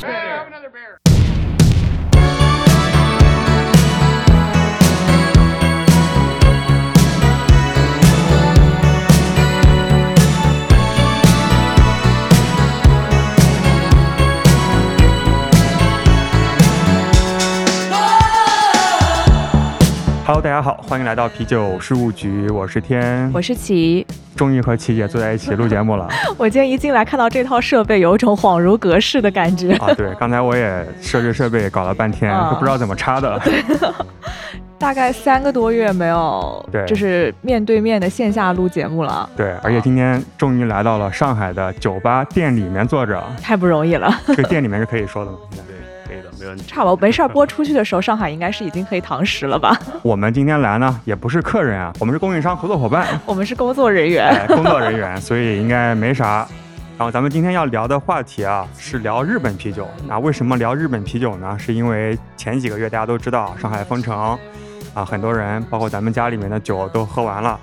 Brother Bear. Hello，大家好，欢迎来到啤酒事务局，我是天，我是琪，终于和琪姐坐在一起录节目了我今天一进来看到这套设备，有一种恍如隔世的感觉。啊！对，刚才我也设置设备搞了半天，啊都不知道怎么插的。 大概三个多月没有，对就是面对面的线下录节目了，对，而且今天终于来到了上海的酒吧店里面坐着， 太不容易了。这个店里面是可以说的吗？现在对，可以的，没问题。 差不多没事儿播出去的时候，上海应该是已经可以堂食了 吧？我们今天来呢，也不是客人啊，我们是供应商合作伙伴，我们是工作人员，哎，工作人员， 所以应该没啥。然后咱们今天要聊的话题啊，是聊日本啤酒。那为什么聊日本啤酒呢？是因为前几个月大家都知道上海封城，啊，很多人包括咱们家里面的酒都喝完了。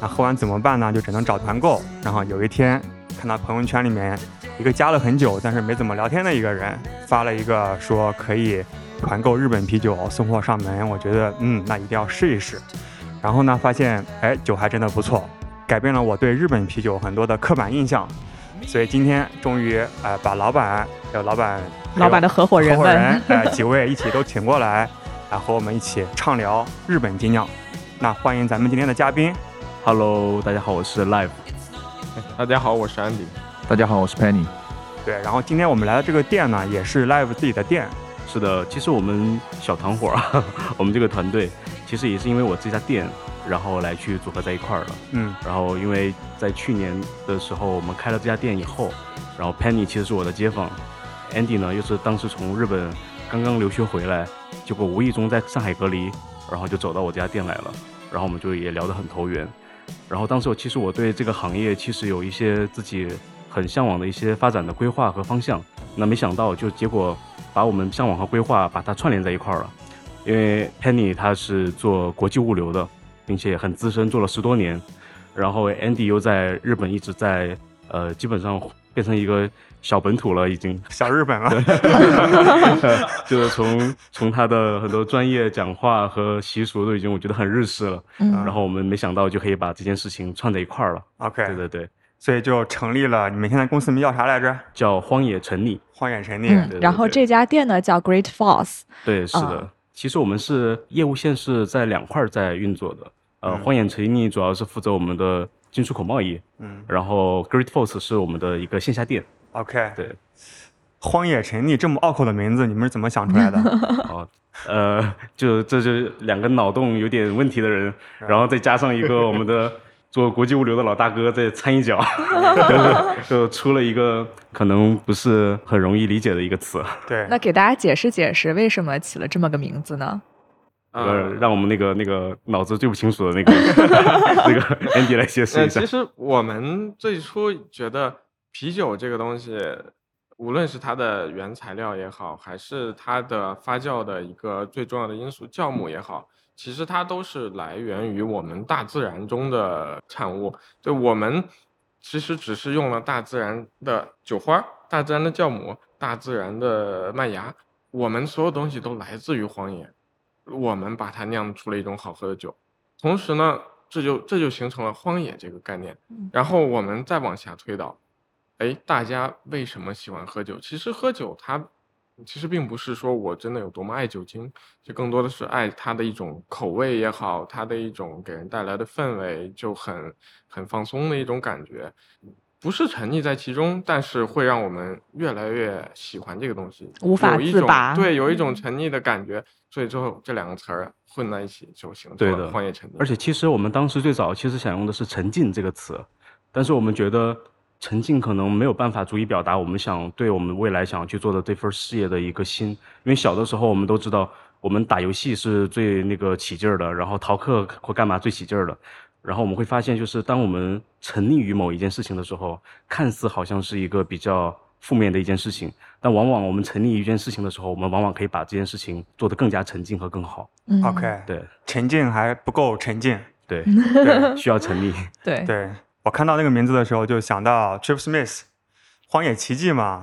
那喝完怎么办呢？就只能找团购。然后有一天看到朋友圈里面一个加了很久但是没怎么聊天的一个人发了一个说可以团购日本啤酒送货上门，我觉得嗯，那一定要试一试。然后呢，发现哎，酒还真的不错，改变了我对日本啤酒很多的刻板印象。所以今天终于呃把老板还有老板老板的合伙 合人伙们，人呃几位一起都请过来，啊和我们一起畅聊日本精酿。那欢迎咱们今天的嘉宾 Hello，大家好，我是 Live。大家好，我是安迪。大家好，我是 Penny。对，然后今天我们来的这个店呢，也是 Live 自己的店，是的，其实我们小团伙啊， 我们这个团队，其实也是因为我这家店，然后来去组合在一块儿了。嗯，然后因为在去年的时候，我们开了这家店以后，然后 Penny 其实是我的街坊，Andy 呢又是当时从日本刚刚留学回来，结果无意中在上海隔离，然后就走到我这家店来了，然后我们就也聊得很投缘。然后当时我其实我对这个行业其实有一些自己很向往的一些发展的规划和方向，那没想到就结果把我们向往和规划把它串联在一块儿了，因为 Penny 他是做国际物流的，并且很资深，做了十多年。然后 Andy 又在日本一直在呃，基本上变成一个小本土了，已 经 小日本了，就是从从他的很多专业讲话和习俗都已经我觉得很日式了。嗯然后我们没想到就可以把这件事情串在一块儿了。 OK，对对对，所以就成立了。你们现在公司名叫啥来着？叫荒野沉溺。荒野沉溺。嗯对，对然后这家店呢叫 Great Falls，对，是的。啊其实我们是业务线是在两块儿在运作的。呃，嗯荒野沉溺主要是负责我们的进出口贸易，嗯然后 Great Force 是我们的一个线下店。 ，OK，对，荒野沉溺这么拗口的名字，你们是怎么想出来 的？哦，呃，就这就是两个脑洞有点问题的人，然后再加上一个我们的做国际物流的老大哥在掺一脚， 就出了一个可能不是很容易理解的一个词，对，那给大家解释解释为什么起了这么个名字呢？呃，嗯，让我们那个那个脑子最不清楚的那个那个 Andy 来解释呃，一下其。实我们最初觉得啤酒这个东西，无论是它的原材料也好，还是它的发酵的一个最重要的因素酵母也好，其实它都是来源于我们大自然中的产物。对我们其实只是用了大自然的酒花儿、大自然的酵母、大自然的麦芽，我们所有东西都来自于荒野，我们把它酿出了一种好喝的酒。同时呢，这就这就形成了荒野这个概念嗯。然后我们再往下推导，哎，大家为什么喜欢喝酒？其实喝酒它其实并不是说我真的有多么爱酒精，就更多的是爱它的一种口味也好，它的一种给人带来的氛围，就很很放松的一种感觉。不是沉溺在其中，但是会让我们越来越喜欢这个东西，无法有一自种拔嗯对，有一种沉溺的感觉，所以最后这两个词儿混在一起就形成对了的荒野沉溺。而且其实我们当时最早其实想用的是“沉浸”这个词，但是我们觉得“沉浸”可能没有办法足以表达我们想对我们未来想要去做的这份事业的一个心。因为小的时候我们都知道，我们打游戏是最那个起劲儿的，然后逃课或干嘛最起劲儿的。然后我们会发现，就是当我们沉溺于某一件事情的时候，看似好像是一个比较负面的一件事情，但往往我们沉溺于一件事情的时候，我们往往可以把这件事情做得更加沉浸和更好。嗯 OK，对沉浸还不够沉 浸。对，对需要沉溺。对， 对我看到那个名字的时候，就想到 Trip Smith，《荒野奇迹》嘛。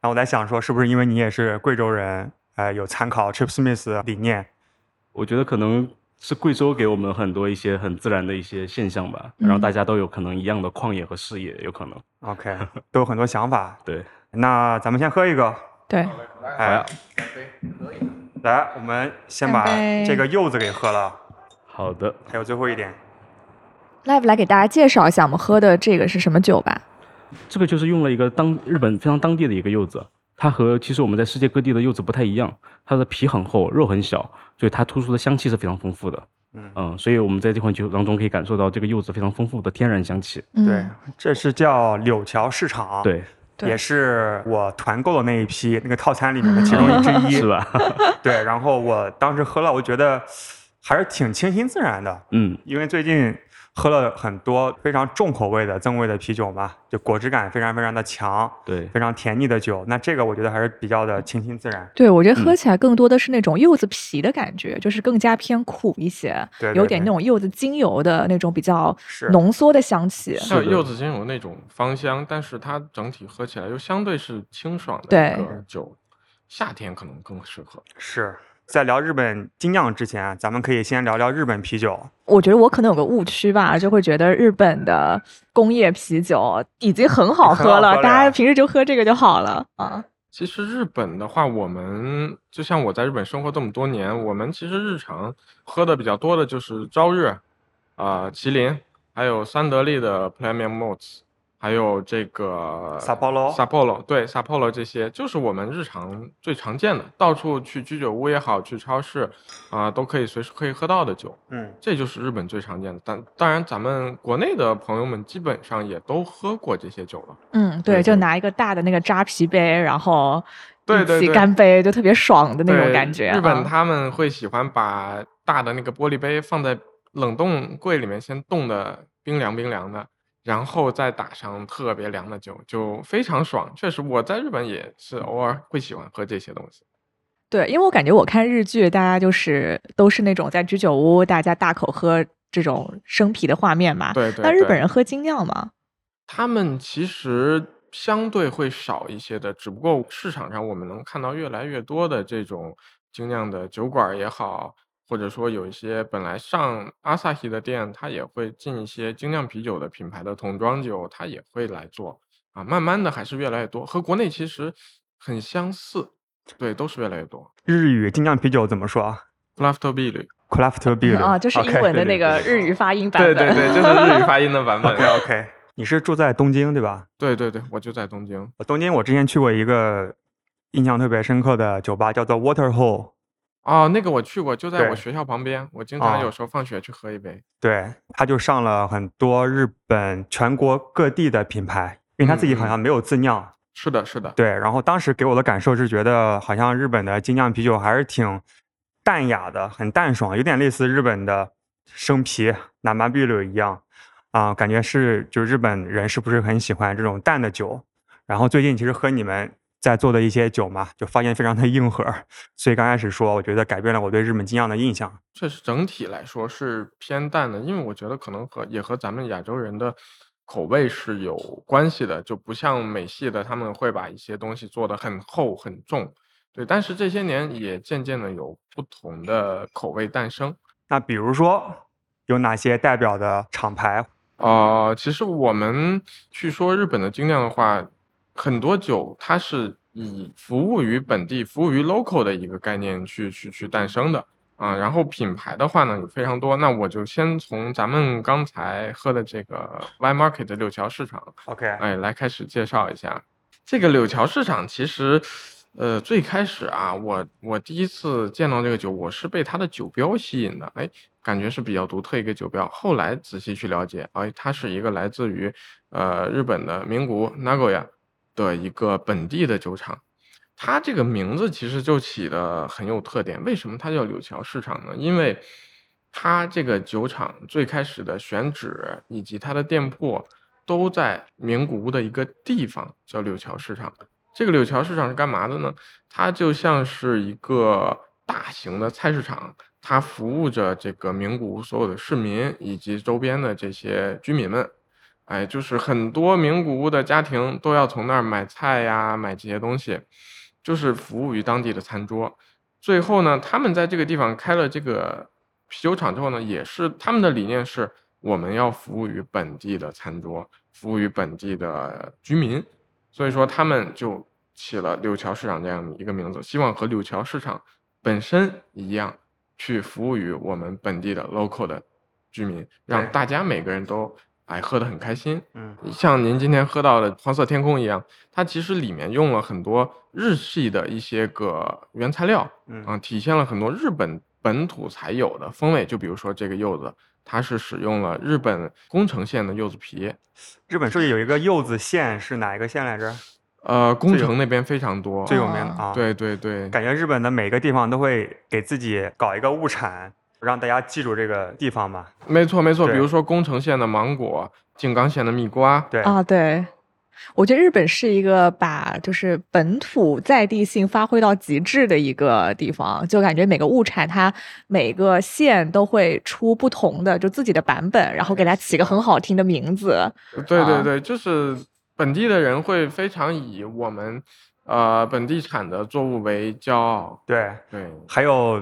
后我在想说，是不是因为你也是贵州人，呃，有参考 Chip Smith 的理念，我觉得可能是贵州给我们很多一些很自然的一些现象吧，嗯然后大家都有可能一样的旷野和视野，有可能。 OK，都有很多想法。对，那咱们先喝一个，对，哎，来，我们先把干杯这个柚子给喝了，好的，还有最后一点， Live 来给大家介绍一下我们喝的这个是什么酒吧。这个就是用了一个当日本非常当地的一个柚子，它和其实我们在世界各地的柚子不太一样，它的皮很厚，肉很小，所以它突出的香气是非常丰富的。嗯所以我们在这款酒当中可以感受到这个柚子非常丰富的天然香气。嗯对，这是叫柳桥市场，，对，对也是我团购的那一批那个套餐里面的其中之 一，是吧？对，然后我当时喝了，我觉得还是挺清新自然的，嗯，因为最近喝了很多非常重口味的增味的啤酒嘛，就果汁感非常非常的强，对，非常甜腻的酒，那这个我觉得还是比较的清新自然，对，我觉得喝起来更多的是那种柚子皮的感觉，就是更加偏苦一些，对有对点对那种柚子精油的那种比较是浓缩的香气。像是的柚子精油那种芳香，但是它整体喝起来又相对是清爽的对一个酒，夏天可能更适合。是在聊日本精酿之前，啊咱们可以先聊聊日本啤酒。我觉得我可能有个误区吧，就会觉得日本的工业啤酒已经很好很好喝了，喝了大家呀平时就喝这个就好了啊。其实日本的话，我们就像我在日本生活这么多年，我们其实日常喝的比较多的就是朝日，啊、麒麟，还有三得利的 Premium Malts，还有这个 Sapporo Sapporo 对 Sapporo 这些，就是我们日常最常见的，到处去居酒屋也好，去超市啊、都可以随时可以喝到的酒。嗯，这就是日本最常见的，但当然咱们国内的朋友们基本上也都喝过这些酒了。嗯，对，对就对拿一个大的那个扎啤杯，然后对对一起对干杯，就特别爽的那种对感觉。日本啊他们会喜欢把大的那个玻璃杯放在冷冻柜里面，先冻的冰凉冰凉的，然后再打上特别凉的酒，就非常爽。确实，我在日本也是偶尔会喜欢喝这些东西。对，因为我感觉我看日剧，大家就是都是那种在居酒屋大家大口喝这种生啤的画面嘛。对对啊那日对本人喝精酿嘛？他们其实相对会少一些的，只不过市场上我们能看到越来越多的这种精酿的酒馆儿也好，或者说有一些本来上阿萨希的店，它也会进一些精酿啤酒的品牌的桶装酒，它也会来做啊。慢慢的还是越来越多，和国内其实很相似，对，都是越来越多。日语精酿啤酒怎么说啊 Craft beer， ？Craft beer 啊，就是英 OK，文的那对对个对日语发音版对本。对对，这是日语发音的 版本。 OK OK。你是住在东京对吧？对对对，我就在东京。我东京我之前去过一个印象特别深刻的酒吧，叫做 Water Hole。哦，那个我去过，就在对我学校旁边，我经常哦有时候放学去喝一杯。对，他就上了很多日本全国各地的品牌，因为他自嗯己好像没有自酿，是的，是的，对，然后当时给我的感受是觉得，好像日本的精酿啤酒还是挺淡雅的，很淡爽，有点类似日本的生啤、南蛮碧柳一样啊、感觉是就日本人是不是很喜欢这种淡的酒？然后最近其实喝你们在做的一些酒嘛，就发现非常的硬核，所以刚开始说，我觉得改变了我对日本精酿的印象。确实整体来说是偏淡的，因为我觉得可能和也和咱们亚洲人的口味是有关系的，就不像美系的他们会把一些东西做的很厚很重，对。但是这些年也渐渐的有不同的口味诞生。那比如说有哪些代表的厂牌？呃，其实我们去说日本的精酿的话，很多酒它是以服务于本地、服务于 local 的一个概念去去去诞生的啊。然后品牌的话呢有非常多，那我就先从咱们刚才喝的这个 Y Market 的六桥市场 OK，哎，来开始介绍一下这个柳桥市场。其实，呃，最开始啊，我我第一次见到这个酒，我是被它的酒标吸引的，哎，感觉是比较独特一个酒标。后来仔细去了解，哎，它是一个来自于呃日本的名古屋 Nagoya 的一个本地的酒厂。它这个名字其实就起的很有特点，为什么它叫柳桥市场呢？因为它这个酒厂最开始的选址以及它的店铺都在名古屋的一个地方叫柳桥市场。这个柳桥市场是干嘛的呢？它就像是一个大型的菜市场，它服务着这个名古屋所有的市民以及周边的这些居民们。哎，就是很多名古屋的家庭都要从那儿买菜呀，买这些东西，就是服务于当地的餐桌。最后呢，他们在这个地方开了这个啤酒厂之后呢，也是他们的理念是我们要服务于本地的餐桌，服务于本地的居民，所以说他们就起了柳桥市场这样一个名字，希望和柳桥市场本身一样，去服务于我们本地的 local 的居民，让大家每个人都哎喝得很开心。嗯，像您今天喝到的黄色天空一样，它其实里面用了很多日系的一些个原材料，嗯啊，体现了很多日本本土才有的风味。就比如说这个柚子，它是使用了日本宫城县的柚子皮，日本设计有一个柚子县是哪一个县来着？呃，宫最有城那边非常多。最有名的哦啊。，对对对，感觉日本的每个地方都会给自己搞一个物产，让大家记住这个地方嘛。没错没错。比对如说宫城县的芒果，静冈县的蜜瓜，对，啊，对，我觉得日本是一个把就是本土在地性发挥到极致的一个地方，就感觉每个物产它每个县都会出不同的就自己的版本，然后给它起个很好听的名字。对啊对对，就是本地的人会非常以我们呃本地产的作物为骄傲。对，对，还有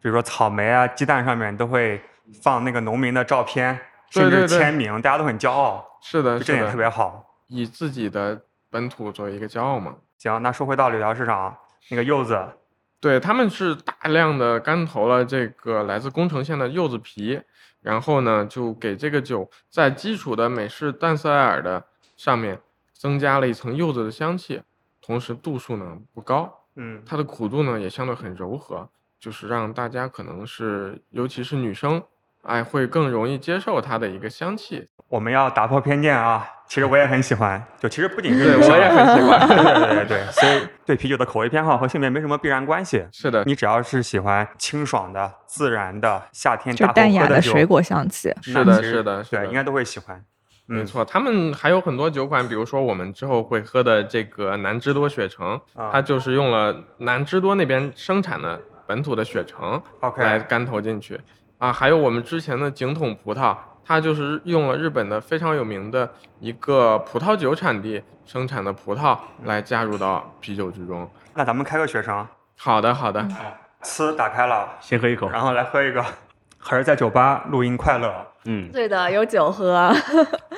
比如说草莓啊、鸡蛋上面都会放那个农民的照片，对甚至对对呃签名，大家都很骄傲，是的，就是这点特的，别好。以自己的本土作为一个骄傲嘛。行，那说回到柳条市场那个柚子，对，他们是大量的干投了这个来自宫城县的柚子皮，然后呢，就给这个酒在基础的美式淡色艾尔的上面增加了一层柚子的香气，同时度数呢不高，嗯，它的苦度呢也相对很柔和，就是让大家可能是，尤其是女生，哎，会更容易接受它的一个香气。我们要打破偏见啊。其实我也很喜欢，就其实不仅是对女生我也很喜欢 对对对对，所以对啤酒的口味偏好和性别没什么必然关系。是的，你只要是喜欢清爽的、自然的、夏天就大是口淡雅喝的酒水果香气，是那的，其实是的，是对，的应该都会喜欢。没嗯错，他们还有很多酒款，比如说我们之后会喝的这个南芝多雪橙，啊它就是用了南芝多那边生产的本土的雪橙 OK 来干投进去啊，还有我们之前的井筒葡萄，它就是用了日本的非常有名的一个葡萄酒产地生产的葡萄嗯来加入到啤酒之中。那咱们开个雪橙，好的，好的，呲打开了，先喝一口。然后来喝一个。还是在酒吧录音快乐。嗯，对的，有酒喝。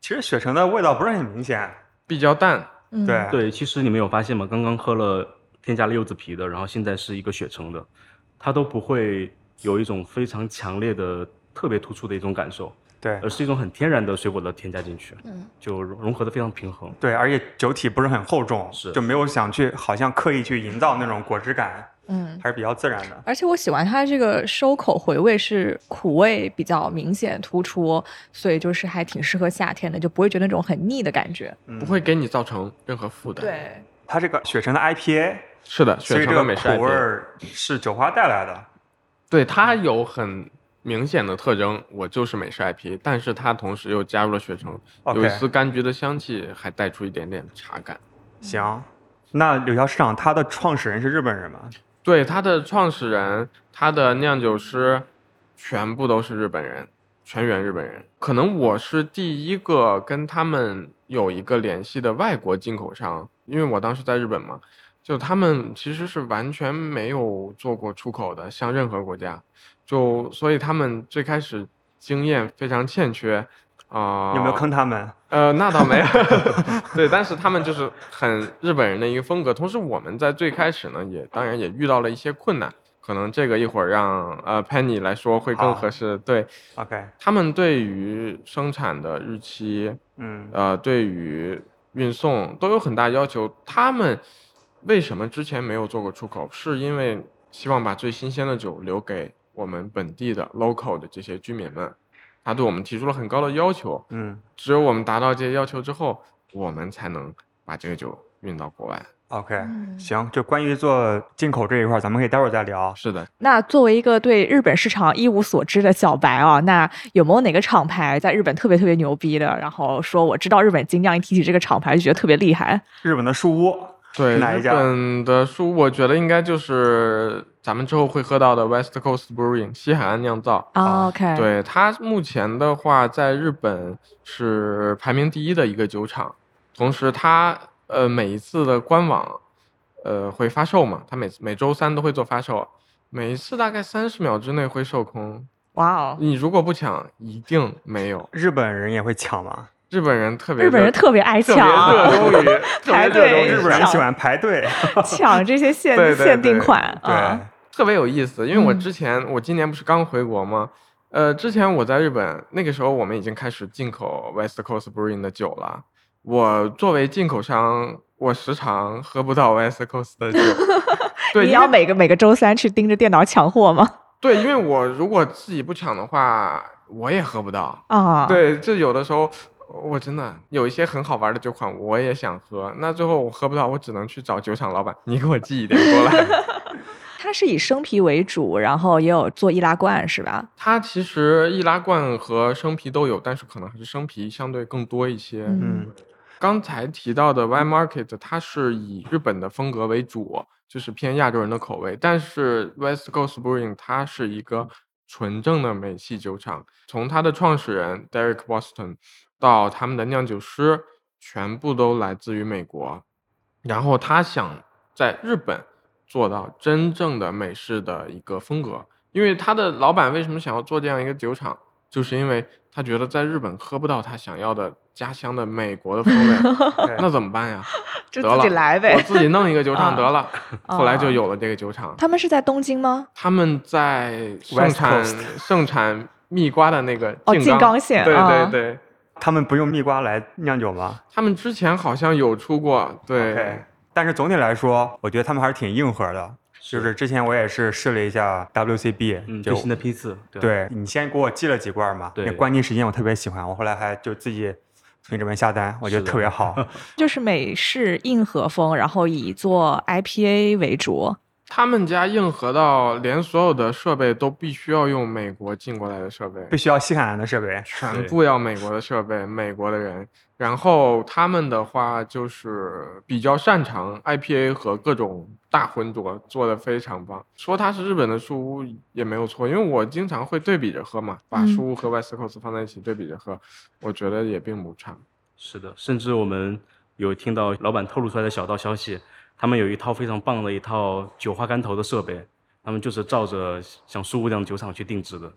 其实雪橙的味道不是很明显，比较淡，嗯，对，对，其实你们有发现吗？刚刚喝了添加了柚子皮的，然后现在是一个雪橙的，它都不会有一种非常强烈的、特别突出的一种感受，对而是一种很天然的水果的添加进去，嗯，就融融合的非常平衡。对，而且酒体不是很厚重，是就没有想去好像刻意去营造那种果汁感，嗯。还是比较自然的。而且我喜欢它这个收口回味是苦味比较明显突出，所以就是还挺适合夏天的，就不会觉得那种很腻的感觉。嗯不会给你造成任何负担。，对，它这个雪橙的 IPA，是的，所雪以这橙的个美口式味 IPA 儿是酒花带来的。对它有很明显的特征，我就是美式 IPA，但是它同时又加入了雪橙有 OK，一丝柑橘的香气，还带出一点点茶感。行。那柳条市场它的创始人是日本人吗？对它的创始人，它的酿酒师，全部都是日本人，全员日本人。可能我是第一个跟他们有一个联系的外国进口商，因为我当时在日本嘛，就他们其实是完全没有做过出口的，向任何国家，就所以他们最开始经验非常欠缺。啊、有没有坑他们？呃，那倒没有， 对，但是他们就是很日本人的一个风格。同时，我们在最开始呢，也当然也遇到了一些困难，可能这个一会儿让呃 Penny 来说会好更合适。对 OK，他们对于生产的日期，嗯，呃，对于运送都有很大要求。他们为什么之前没有做过出口？是因为希望把最新鲜的酒留给我们本地的 local 的这些居民们，他对我们提出了很高的要求。嗯只有我们达到这些要求之后，我们才能把这个酒运到国外。 ，OK，嗯行，就关于做进口这一块儿，咱们可以待会儿再聊。是的，那作为一个对日本市场一无所知的小白啊，那有没有哪个厂牌在日本特别特别牛逼的？然后说我知道日本精酿，一提起这个厂牌就觉得特别厉害。日本的树屋，对哪一家日本的书，我觉得应该就是咱们之后会喝到的 West Coast Brewing 西海岸酿造。啊 OK，，对它目前的话，在日本是排名第一的一个酒厂，同时它呃每一次的官网呃会发售嘛，它每次每周三都会做发售，每一次大概三十秒之内会售空，哇哦，你如果不抢，一定没有。日本人也会抢吗？日本人特别日本人热特别爱特别热抢衷于特别排热队衷于日本人喜欢排 队，抢这些限对对对限定款啊，对，特别有意思，因为我嗯之前、我今年不是刚回国吗？呃，之前我在日本那个时候，我们已经开始进口 West Coast Brewing 的酒了。我作为进口商，我时常喝不到 West Coast 的酒。对，你因为要每个每个周三去盯着电脑抢货吗？对，因为我如果自己不抢的话，我也喝不到。啊，，对，这有的时候我真的有一些很好玩的酒款，我也想喝，那最后我喝不到，我只能去找酒厂老板，你给我寄一点过来。它是以生啤为主，然后也有做易拉罐是吧？它其实易拉罐和生啤都有，但是可能还是生啤相对更多一些。嗯，，刚才提到的 Y Market，它是以日本的风格为主，就是偏亚洲人的口味。但是 West Coast Brewing 它是一个纯正的美系酒厂，从它的创始人 Derek Boston 到他们的酿酒师，全部都来自于美国。然后他想在日本做到真正的美式的一个风格，因为他的老板为什么想要做这样一个酒厂，就是因为他觉得在日本喝不到他想要的家乡的美国的风 味对那怎么办呀？就得了自己来我呗。自己弄一个酒厂啊得了。后来就啊有了这个酒厂，他们是在东京吗？他们在盛 West 产 Coast 盛产蜜瓜的那个哦静冈冈县对啊对对，他们不用蜜瓜来酿酒吗？他们之前好像有出过，对 OK，但是总体来说，我觉得他们还是挺硬核的。就是之前我也是试了一下 WCB，、嗯，就最新的批次，对对吧你先给我寄了几罐嘛，对那关键时间我特别喜欢，我后来还就自己从你这边下单，我觉得是的特别好。就是美式硬核风，然后以做 IPA 为主。他们家硬核到连所有的设备都必须要用美国进过来的设备，必须要西海岸的设备，全部要美国的设备，美国的人。然后他们的话就是比较擅长 IPA 和各种大浑浊，做的非常棒。说它是日本的树屋也没有错，因为我经常会对比着喝嘛，把嗯树屋和 West Coast 放在一起对比着喝，我觉得也并不差。是的，甚至我们有听到老板透露出来的小道消息，他们有一套非常棒的一套酒花干头的设备，他们就是照着像苏屋这样的酒厂去定制的，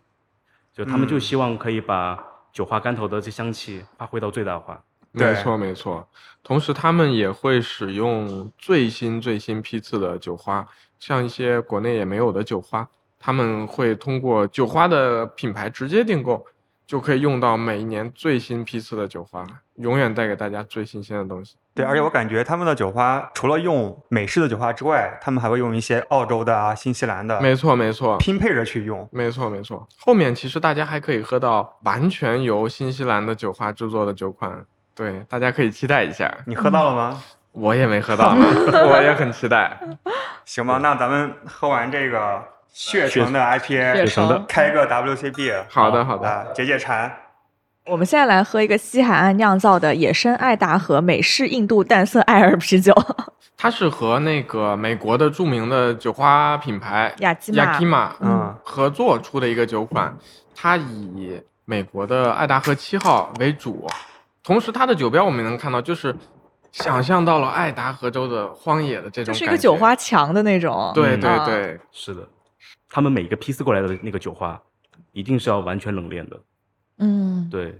就他们就嗯希望可以把酒花干头的这香气发挥到最大化。没对错没错，同时他们也会使用最新最新批次的酒花，像一些国内也没有的酒花，他们会通过酒花的品牌直接订购，就可以用到每一年最新批次的酒花，永远带给大家最新鲜的东西。对，而且我感觉他们的酒花除了用美式的酒花之外，他们还会用一些澳洲的啊、新西兰的，没错没错拼配着去用。没错没错，后面其实大家还可以喝到完全由新西兰的酒花制作的酒款，对，大家可以期待一下。你喝到了吗？我也没喝到呢，我也很期待。行吧，那咱们喝完这个血橙的血 IPA，橙的开个 WCB，好的好的。啊，解解馋。我们现在来喝一个西海岸酿造的野生爱达荷美式印度淡色艾尔啤酒，它是和那个美国的著名的酒花品牌雅基玛 Yakima 嗯合作出的一个酒款，它以美国的爱达荷七号为主，同时它的酒标我们能看到，就是想象到了爱达荷州的荒野的这种就感觉，是一个酒花墙的那种。对嗯对啊对，是的，他们每一个批次过来的那个酒花，一定是要完全冷链的。嗯，对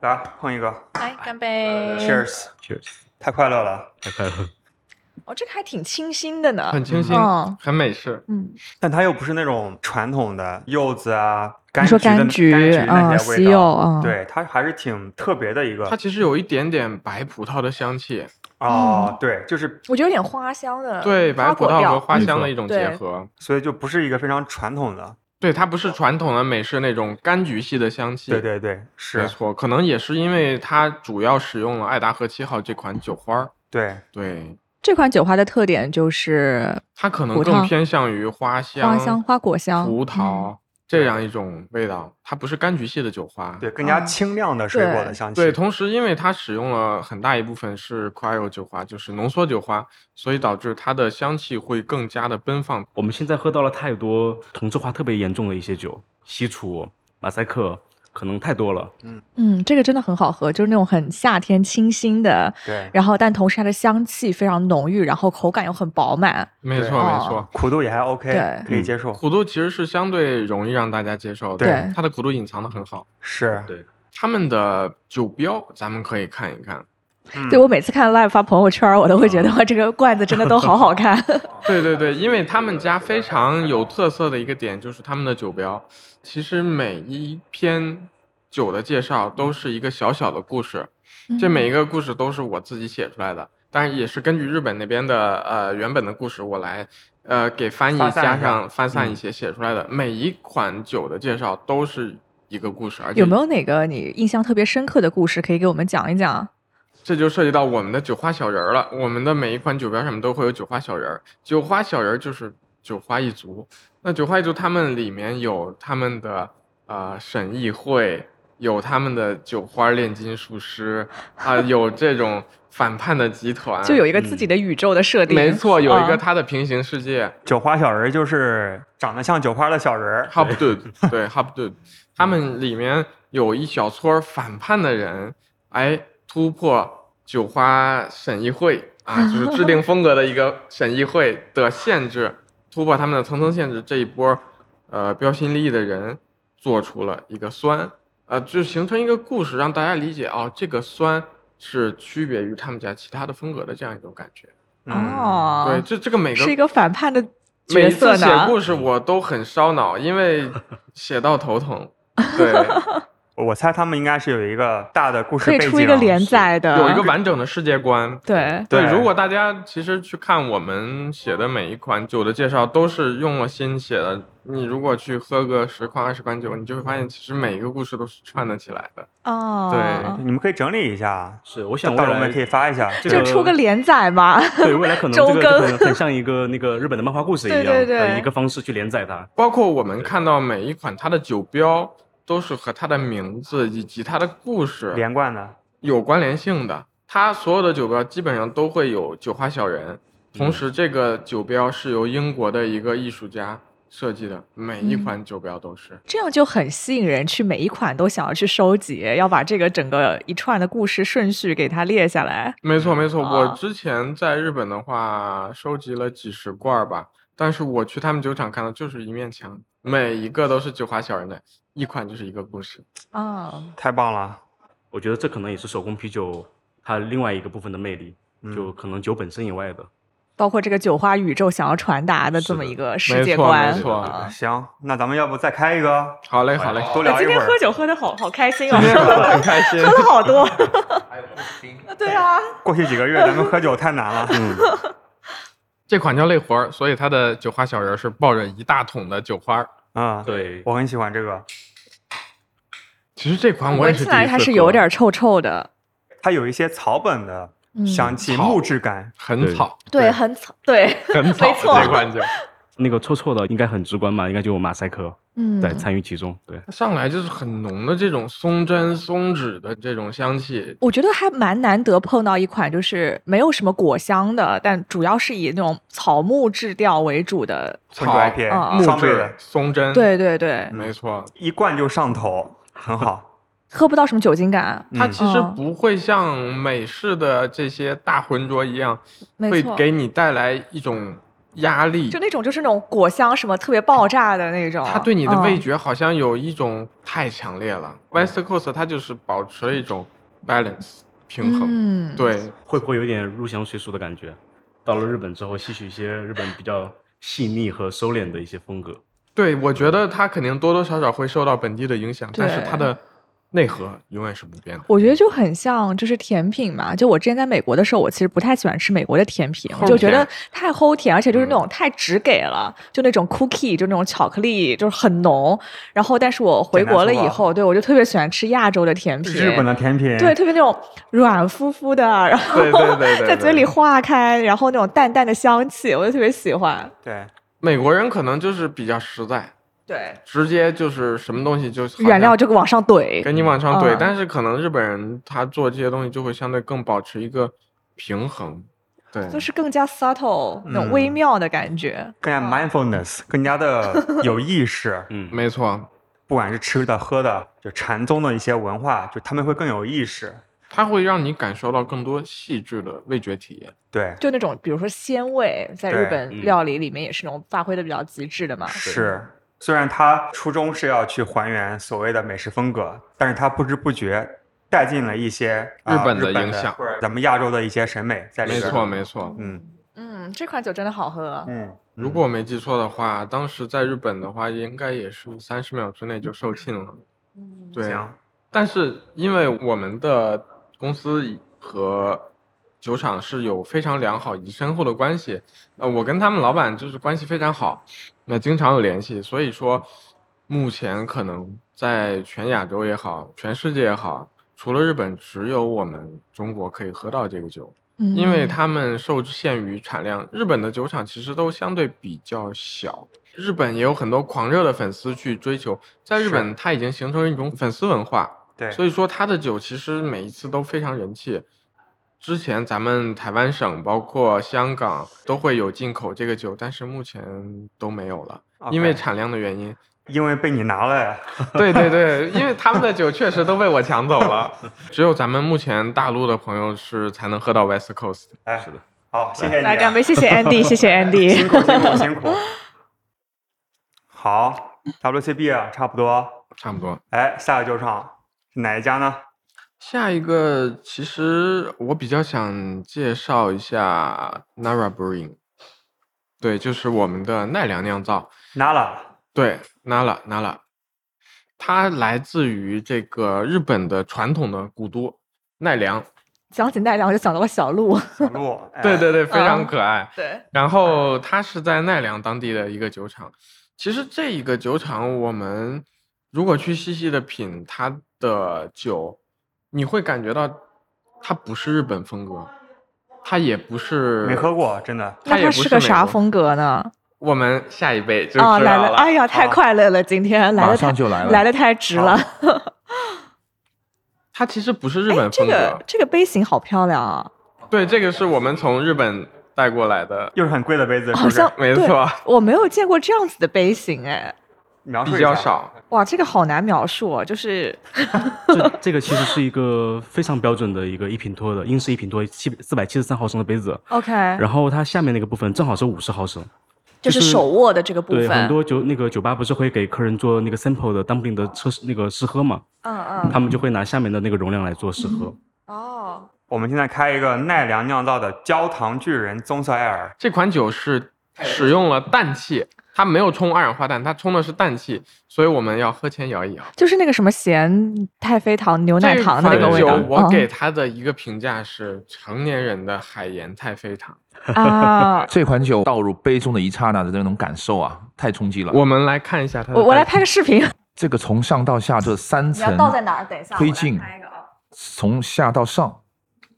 来碰一个来哎干杯呃，Cheers！ ，Cheers，太快乐了，太快乐。哦，这个还挺清新的呢。很清新，嗯很美式。嗯，但它又不是那种传统的柚子啊、柑你说橘的柑橘柑橘那些嗯西味柚道，嗯对，它还是挺特别的一个它其实有一点点白葡萄的香气，嗯哦，对，就是我觉得有点花香的，对白花葡果萄和调。嗯花香没错的一种对结合。所以就不是一个非常传统的，对，它不是传统的美式那种柑橘系的香气。对对对，没是，错，可能也是因为它主要使用了爱达荷七号这款酒花儿，对，对，这款酒花的特点就是它可能葡萄更偏向于花香、花香、花果香、葡嗯萄，这样一种味道，它不是柑橘系的酒花。对，更加啊清亮的水果的香气。对，同时因为它使用了很大一部分是 cryo 酒花，就是浓缩酒花，所以导致它的香气会更加的奔放。我们现在喝到了太多同质化特别严重的一些酒，西楚、马赛克，可能太多了。嗯，这个真的很好喝，就是那种很夏天清新的，对，然后但同时它的香气非常浓郁，然后口感又很饱满。没对错，没哦错。苦度也还 OK，对可以接受。嗯苦度其实是相对容易让大家接受的，对它的苦度隐藏的很好。是，对他们的酒标咱们可以看一看，嗯对我每次看 live 发朋友圈，我都会嗯觉得哇，这个罐子真的都好好看。对对对，因为他们家非常有特色的一个点就是他们的酒标，其实每一篇酒的介绍都是一个小小的故事， 这每一个故事都是我自己写出来的，当然也是根据日本那边的呃原本的故事我来呃给翻译发散一下嗯加上发散一些写出来的。每一款酒的介绍都是一个故事，而且嗯有没有哪个你印象特别深刻的故事可以给我们讲一讲？这就涉及到我们的酒花小人儿了。我们的每一款酒标上面都会有酒花小人儿，酒花小人儿就是酒花一族。那酒花一族他们里面有他们的呃审议会，有他们的酒花炼金术师，啊、有这种反叛的集团，就有一个自己的宇宙的设定。嗯没错，有一个啊他的平行世界。酒花小人儿就是长得像酒花的小人儿。 h o b d o d 对 h o b d o d 他们里面有一小撮儿反叛的人，哎，突破酒花审议会啊，就是制定风格的一个审议会的限制，突破他们的层层限制，这一波呃标新立异的人做出了一个酸，呃，就形成一个故事，让大家理解哦，这个酸是区别于他们家其他的风格的这样一种感觉。嗯，哦，对，这这个每个是一个反叛的每角一次色写呢。故事我都很烧脑，因为写到头疼。 对，我猜他们应该是有一个大的故事可背以景，出一个连载的，啊有一个完整的世界观。对，对如果大家其实去看我们写的每一款酒的介绍，都是用了心写的。你如果去喝个十款、二十款酒，你就会发现，其实每一个故事都是串得起来的。哦，你们可以整理一下，是，我想到未时候我们来可以发一下。这就出个连载嘛。 对未来可能周这个就更可能很像一个那个日本的漫画故事一样，呃对对对的一个方式去连载它。包括我们看到每一款它的酒标，都是和它的名字以及它的故事连贯的，有关联性的。它所有的酒标基本上都会有酒花小人，同时这个酒标是由英国的一个艺术家设计的，每嗯一款酒标都是。这样就很吸引人，去每一款都想要去收集，要把这个整个一串的故事顺序给它列下来。没错没错，哦我之前在日本的话收集了几十罐儿吧，但是我去他们酒厂看到就是一面墙，每一个都是酒花小人的，一款就是一个故事。啊，太棒了。我觉得这可能也是手工啤酒它另外一个部分的魅力，嗯就可能酒本身以外的。包括这个酒花宇宙想要传达的这么一个世界没观。错没错啊嗯行，那咱们要不再开一个？好嘞好嘞，多哎聊一会今天儿喝。酒喝的好好开心哦，今天喝 得很开心喝了好多。哎 对啊，过去几个 月咱们喝酒太难了。嗯，这款叫累活儿，所以它的酒花小人是抱着一大桶的酒花儿。嗯，， 对，我很喜欢这个，其实这款我也闻是起第一来次它是喝有点臭臭的，它有一些草本的嗯香气，草木质感。很对草，对，很草，对，很草没错的这款酒。 那个臭臭的应该很直观嘛，应该就马赛克嗯在参与其中。对，它 上来就是很浓的这种松针、松脂的这种香气，我觉得还蛮难得碰到一款就是没有什么果香的，但主要是以那种草木质调为主的。混酒草 IPA，嗯木双倍的质、，松针，，对对对，没错。一灌就上头，很好。喝不到什么酒精感， 它嗯其实嗯不会像美式的这些大浑浊一样，没会错，给你带来一种压力就。那种就是那种果香什么特别爆炸的那种。它对你的嗯味觉好像有一种太强烈了。West Coast 它就是保持了一种 balance 平衡，嗯，对，会不会有点入乡随俗的感觉？到了日本之后，吸取一些日本比较细腻和收敛的一些风格。对，我觉得它肯定多多少少会受到本地的影响，但是对它的内核永远是不变的。我觉得就很像就是甜品嘛。就我之前在美国的时候，我其实不太喜欢吃美国的甜品，齁我就觉甜得太齁甜，而且就是那嗯种太直给了，就那种 cookie，就那种巧克力，就是很浓。然后，但是我回简单国了粗以暴后，对我就特别喜欢吃亚洲的甜品，日本的甜品，对，特别那种软乎乎的，然 后对对对对在嘴里对化开，然后那种淡淡的香气，我就特别喜欢。对美国人可能就是比较实在，对，直接就是什么东西就好原像料就往上怼，给你往上怼，嗯但是可能日本人他做这些东西就会相对更保持一个平衡，对，就是更加 subtle 那种嗯微妙的感觉。更加 mindfulness，更加的有意 识。嗯，没错，不管是吃的、喝的，就禅宗的一些文化，就他们会更有意识。它会让你感受到更多细致的味觉体验。对，就那种，比如说鲜味，在对日本嗯料理里面也是那种发挥的比较极致的嘛。啊是。虽然他初衷是要去还原所谓的美食风格，但是他不知不觉带进了一些啊日本的日本影响或者咱们亚洲的一些审美在里没边。错，没错。嗯嗯，这款酒真的好喝。嗯，如果我没记错的话，当时在日本的话，应该也是三十秒之内就售罄了。嗯，对，行，但是因为我们的公司和酒厂是有非常良好以深厚的关系，呃，我跟他们老板就是关系非常好，那经常有联系，所以说目前可能在全亚洲也好，全世界也好，除了日本，只有我们中国可以喝到这个酒。因为嗯他们受限于产量，日本的酒厂其实都相对比较小。日本也有很多狂热的粉丝去追求，在日是本它已经形成一种粉丝文化，对，所以说它的酒其实每一次都非常人气。之前咱们台湾省包括香港都会有进口这个酒，但是目前都没有了，因为 OK 产量的原因。 因为被你拿了呀。对对对，因为他们的酒确实都被我抢走了，只有咱们目前大陆的朋友是才能喝到 West Coast。哎，是的，好，谢谢你、啊。来干杯！谢谢 Andy，谢谢 Andy。辛苦辛苦辛苦。好，WCB 啊，差不多。差不多。哎，下个酒厂是哪一家呢？下一个，其实我比较想介绍一下 Nara Brewing，对，就是我们的奈良酿造，拿了。对，Nara Nara，它来自于这个日本的传统的古都奈良，讲起奈良，我就想到了小鹿。小鹿。哎对对对，非常嗯可爱。对，然后它是在奈良当地的一个酒厂。其实这一个酒厂，我们如果去细细的品它的酒，你会感觉到它不是日本风格，它也不是没喝。过，真的。它那也它不是是个美啥国风格呢？我们下一辈就知道啊，来了！了。哎呀，太啊快乐了，今天来马的太上就来了，。来的太值好了。它其实不是日哎本这风格。个这个杯型好漂亮啊，对，这个是我们从日本带过来的，又是很贵的杯子，是好不是像？没对错，我没有见过这样子的杯型哎，描述比一下较。少。哇，这个好难描述哦，就是这这个其实是一个非常标准的一个一品脱的英式一品脱七四百七十三毫升的杯子， OK，然后它下面那个部分正好是五十毫升。就是就是手握的这个部对，分，很多酒那个酒吧不是会给客人做那个 sample 的 dumpling 的测试那个试喝嘛，嗯嗯，他们就会拿下面的那个容量来做试喝。哦，我们现在开一个奈良酿造的焦糖巨人棕色艾尔，这款酒是使用了氮气，它没有冲二氧化氮，它冲的是氮气，所以我们要喝前摇一摇。就是那个什么咸太妃糖牛奶糖的那这个款味酒道，嗯我给它的一个评价是成年人的海盐太妃糖。嗯啊 这款酒倒入杯中的一刹那的那种感受啊，太冲击了。我们来看一下它的，我我来拍个视频，这个从上到下这三层，哪儿？等一下啊推进从下到上，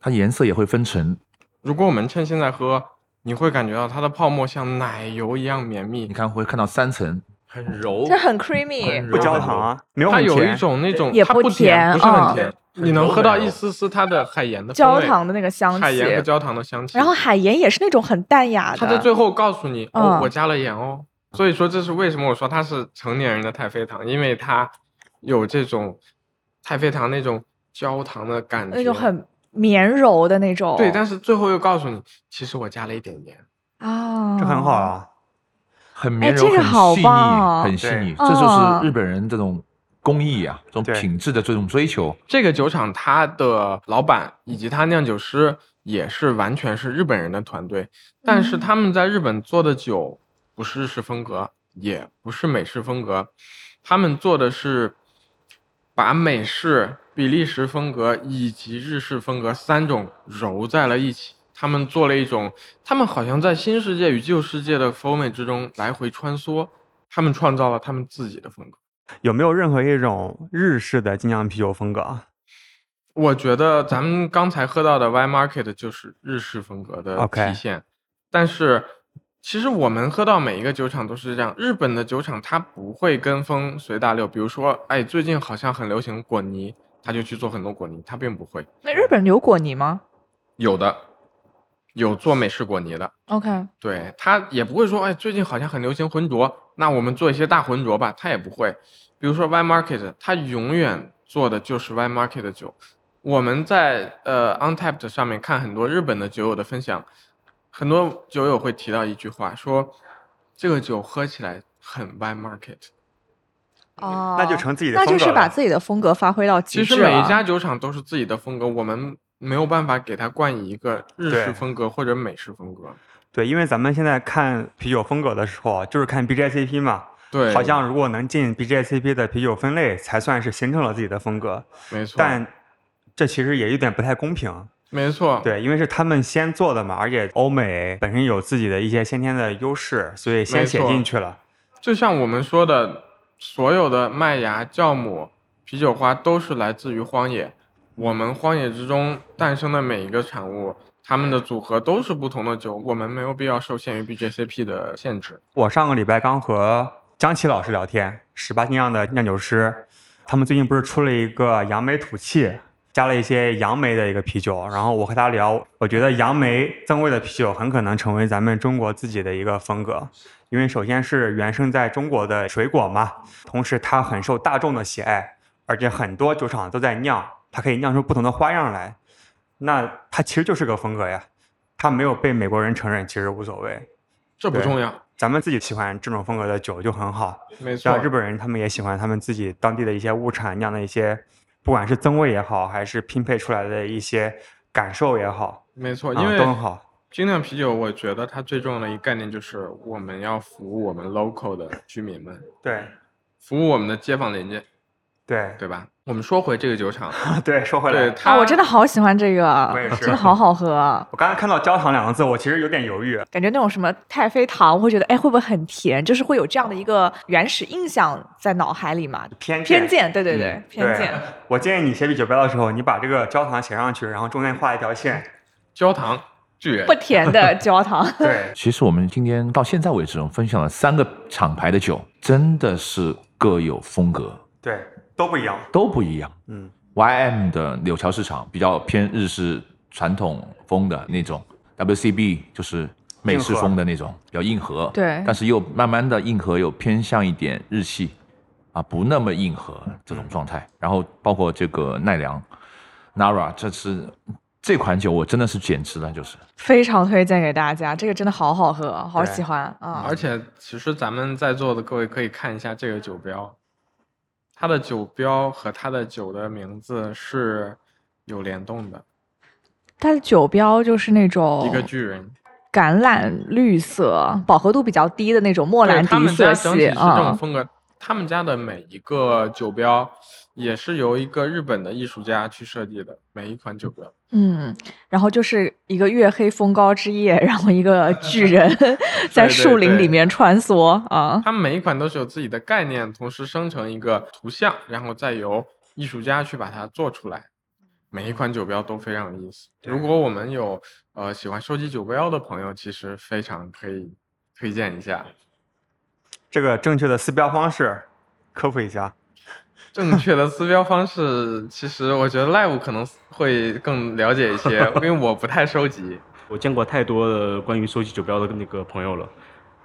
它颜色也会分层。如果我们趁现在喝，你会感觉到它的泡沫像奶油一样绵密你，看会看到三层，很柔这很 creamy，很不柔焦糖啊，没有它很有一甜。种那种也它不不甜不是嗯很甜，很你能柔喝到很柔一丝丝它的海盐的风焦味糖的那个香海盐和气，焦糖的香气，然后海盐也是那种很淡雅它在最后告诉你，哦嗯，我加了盐哦。所以说，这是为什么我说它是成年人的太妃糖，因为它有这种太妃糖那种焦糖的感觉，那种很绵柔的那种，对。但是最后又告诉你，其实我加了一点盐。啊，这很好啊， 很绵柔，哎这个好很细腻，棒哦很细腻。对这哦就是日本人这种工艺啊，这种对品质的这种追求。，这个酒厂它的老板以及他酿酒师也是完全是日本人的团队，但是嗯他们在日本做的酒不是日式风格，也不是美式风格，他们做的是把美式、比利时风格以及日式风格三种揉在了一起。他们做了一种，他们好像在新世界与旧世界的风味之中来回穿梭，他们创造了他们自己的风格。有没有任何一种日式的精酿啤酒风格啊我觉得咱们刚才喝到的 Y Market 就是日式风格的 OK 体现但是其实我们喝到每一个酒厂都是这样，日本的酒厂它不会跟风随大流。比如说，哎，最近好像很流行果泥，他就去做很多果泥，他并不会。那日本有果泥吗有的有做美式果泥的， ？OK，哦对他也不会说，哎，最近好像很流行浑浊，那我们做一些大浑浊吧，他也不会。比如说 Y Market，他永远做的就是 Y Market 的酒。我们在呃 Untapped 上面看很多日本的酒友的分享，很多酒友会提到一句话，说这个酒喝起来很 Y Market。哦，那就成自己的那风格就是把了自己的风格发挥到极其实致啊每了一家酒厂都是自己的风格，我们没有办法给它冠以一个日对式风格或者美式风格。对，因为咱们现在看啤酒风格的时候啊，就是看 BJCP 嘛，对，好像如果能进 BJCP 的啤酒分类，才算是形成了自己的风格。没错，但这其实也有点不太公平，没错，对，因为是他们先做的嘛，而且欧美本身有自己的一些先天的优势，所以先没写错进去了。就像我们说的，所有的麦芽、酵母、啤酒花都是来自于荒野。我们荒野之中诞生的每一个产物，它们的组合都是不同的酒，我们没有必要受限于 BJCP 的限制。我上个礼拜刚和张琪老师聊天，十八斤酿的酿酒师，他们最近不是出了一个杨梅土气，加了一些杨梅的一个啤酒。然后我和他聊，我觉得杨梅增味的啤酒很可能成为咱们中国自己的一个风格，因为首先是原生在中国的水果嘛，同时它很受大众的喜爱，而且很多酒厂都在酿，它可以酿出不同的花样来。那它其实就是个风格呀，它没有被美国人承认，其实无所谓。这不对重要，咱们自己喜欢这种风格的酒就很好。没错像。日本人，他们也喜欢他们自己当地的一些物产酿的一些，不管是增味也好，还是拼配出来的一些感受也好，没错，啊、因为都很好。精酿啤酒，我觉得它最重要的一个概念就是我们要服务我们 local 的居民们，对服务我们的街坊邻居，对对吧？我们说回这个酒厂，对，说 回对来，它，啊！我真的好喜欢这个我也，是真的好好喝，啊我刚才看到“焦糖”两个字，我其实有点犹豫。感觉那种什么太妃糖，我会觉得哎会不会很甜？就是会有这样的一个原始印象在脑海里嘛。偏偏见，对对对，嗯偏对见。我建议你写啤酒标的时候，你把这个焦糖写上去，然后中间画一条线。 焦糖巨人不，甜的焦糖， 对其实我们今天到现在为止，我们分享了三个厂牌的酒，真的是各有风格，对，都不一样。都不一样。嗯， YM 的柳桥市场比较偏日式传统风的那种，WCB 就是美式风的那种，比较硬核。对但是又慢慢的硬核又偏向一点日系，啊，不那么硬核这种状态。然后包括这个奈良，Nara，这是这款酒我真的是简直了，就是非常推荐给大家，这个真的好好喝，好对嗯喜欢啊！而且，其实咱们在座的各位可以看一下这个酒标，它的酒标和它的酒的名字是有联动的，它的酒标就是那种一个巨人。橄榄绿色，饱和度比较低的那种莫对，兰他迪们家色整体系是这种啊。风格。他们家的每一个酒标也是由一个日本的艺术家去设计的，每一款酒标。嗯，然后就是一个月黑风高之夜，然后一个巨 人在树林里面穿梭啊。他们每一款都是有自己的概念，同时生成一个图像，然后再由艺术家去把它做出来。每一款酒标都非常有意思。对如果我们有呃喜欢收集酒标的朋友，其实非常可以推荐一下。这个正确的撕标方式，科普一下。正确的撕标方式，其实我觉得 Live 可能会更了解一些，因为我不太收集。我见过太多的关于收集酒标的那个朋友了，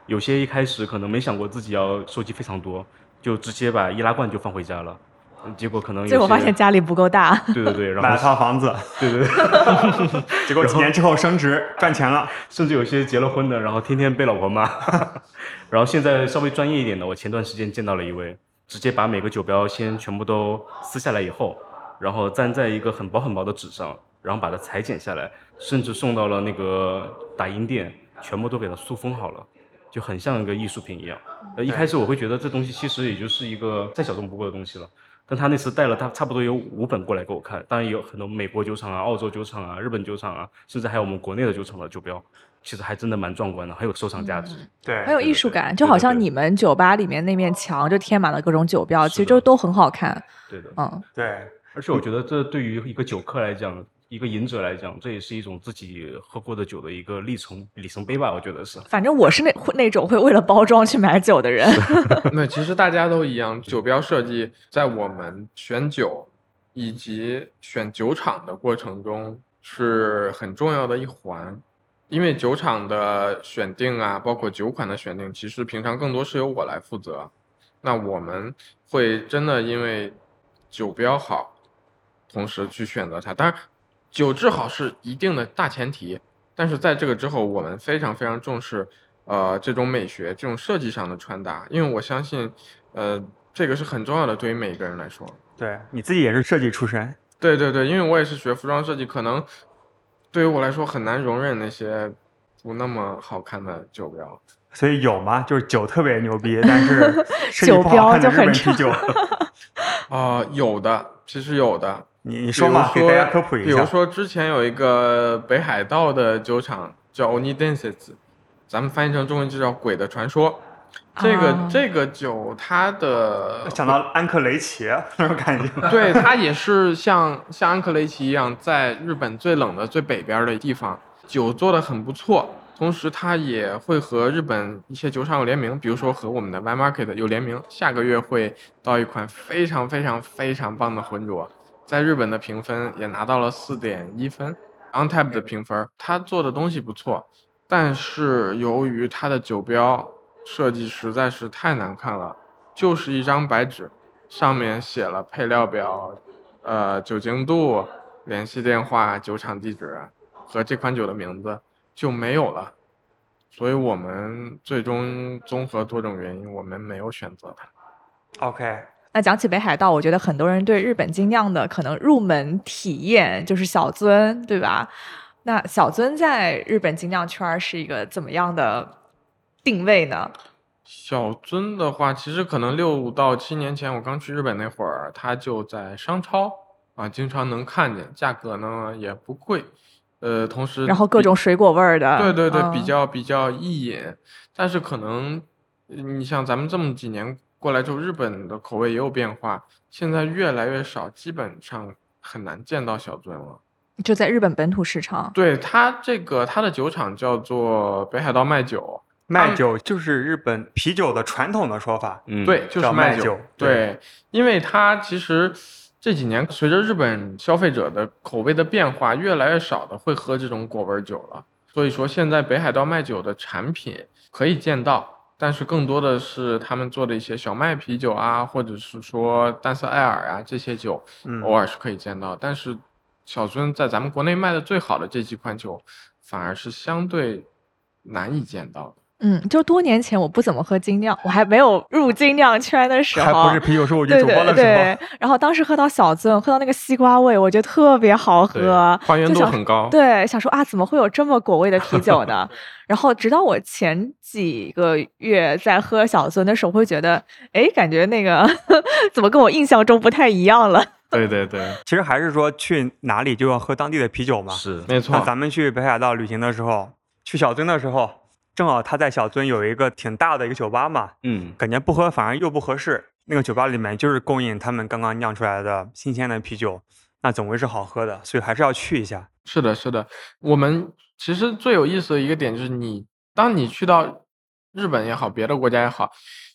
有些一开始可能没想过自己要收集非常多，就直接把易拉罐就放回家了，嗯结果可能有结果些发现家里不够大，对对对，买然了后套房 子，对对对，结果几年之后升值赚钱了。甚至有些结了婚的，然后天天被老婆骂。 然后现在稍微专业一点的，我前段时间见到了一位，直接把每个酒标先全部都撕下来以后，然后粘在一个很薄很薄的纸上，然后把它裁剪下来，甚至送到了那个打印店，全部都给它塑封好了，就很像一个艺术品一样。呃，一开始我会觉得这东西其实也就是一个再小众不过的东西了。但他那次带了他差不多有五本过来给我看，当然也有很多美国酒厂啊、澳洲酒厂啊、日本酒厂啊，甚至还有我们国内的酒厂的酒标，其实还真的蛮壮观的，很有收藏价值。对，很有艺术感，就好像你们酒吧里面那面墙就贴满了各种酒标，其是实的就都很好看。对的，嗯，对，而且我觉得这对于一个酒客来讲，一个饮者来讲，这也是一种自己喝过的酒的一个历程里程碑吧，我觉得是。反正我是那会那种会为了包装去买酒的人。那其实大家都一样，酒标设计在我们选酒以及选酒厂的过程中是很重要的一环，因为酒厂的选定啊，包括酒款的选定，其实平常更多是由我来负责。那我们会真的因为酒标好，同时去选择它。当然，酒质好是一定的大前提，但是在这个之后，我们非常非常重视呃这种美学、这种设计上的穿搭，因为我相信，呃，这个是很重要的，对于每一个人来说。对，你自己也是设计出身，对对对，因为我也是学服装设计，可能对于我来说很难容忍那些不那么好看的酒标。所以有吗？就是酒特别牛逼，但是 设计酒不好看的标就日很本啤酒， 啊、有的，其实有的，你你比说如嘛，给大家科普比一如下。说之前有一个北海道的酒厂叫 Oni Dances，咱们翻译成中文就叫《鬼的传说》。这个、啊这个酒，它的想到安克雷奇啊那种感觉，对它也是像像安克雷奇一样，在日本最冷的最北边的地方，酒做的很不错。同时，它也会和日本一些酒厂有联名，比如说和我们的 Y Market 有联名。下个月会到一款非常非常非常棒的浑浊，在日本的评分也拿到了四点一分，Untap 的评分。它做的东西不错，但是由于它的酒标设计实在是太难看了，就是一张白纸，上面写了配料表、呃酒精度、联系电话、酒厂地址和这款酒的名字就没有了，所以我们最终综合多种原因，我们没有选择它。 OK， 那讲起北海道，我觉得很多人对日本精酿的可能入门体验就是小樽，对吧？那小樽在日本精酿圈儿是一个怎么样的定位呢？小樽的话，其实可能六到七年前我刚去日本那会儿，它就在商超啊，经常能看见，价格呢也不贵，呃，同时然后各比种水果味儿的，对对对，嗯比较比较易饮，但是可能呃你像咱们这么几年过来之后，日本的口味也有变化，现在越来越少，基本上很难见到小樽了。就在日本本土市场。对它这个它的酒厂叫做北海道麦酒，卖酒就是日本啤酒的传统的说法。嗯，对，就是叫卖麦酒对，因为它其实这几年随着日本消费者的口味的变化，越来越少的会喝这种果味酒了。所以说，现在北海道卖酒的产品可以见到，但是更多的是他们做的一些小麦啤酒啊，或者是说淡色艾尔啊这些酒，嗯，偶尔是可以见到。但是小樽在咱们国内卖的最好的这几款酒，反而是相对难以见到的。嗯，就多年前我不怎么喝精酿，我还没有入精酿圈的时候，还不是啤酒，是我去对酒吧的对时候对，然后当时喝到小樽，喝到那个西瓜味，我觉得特别好喝，还原就度想很高。对，想说啊，怎么会有这么果味的啤酒呢？ 然后直到我前几个月在喝小樽的时候，会觉得，哎，感觉那个 怎么跟我印象中不太一样了？ 对对对，其实还是说去哪里就要喝当地的啤酒嘛。是没错像。咱们去北海道旅行的时候，去小樽的时候，正好他在小樽有一个挺大的一个酒吧嘛，嗯，感觉不喝反而又不合适。那个酒吧里面就是供应他们刚刚酿出来的新鲜的啤酒，那总归是好喝的，所以还是要去一下。是的，是的，我们其实最有意思的一个点就是你，当你去到日本也好，别的国家也好，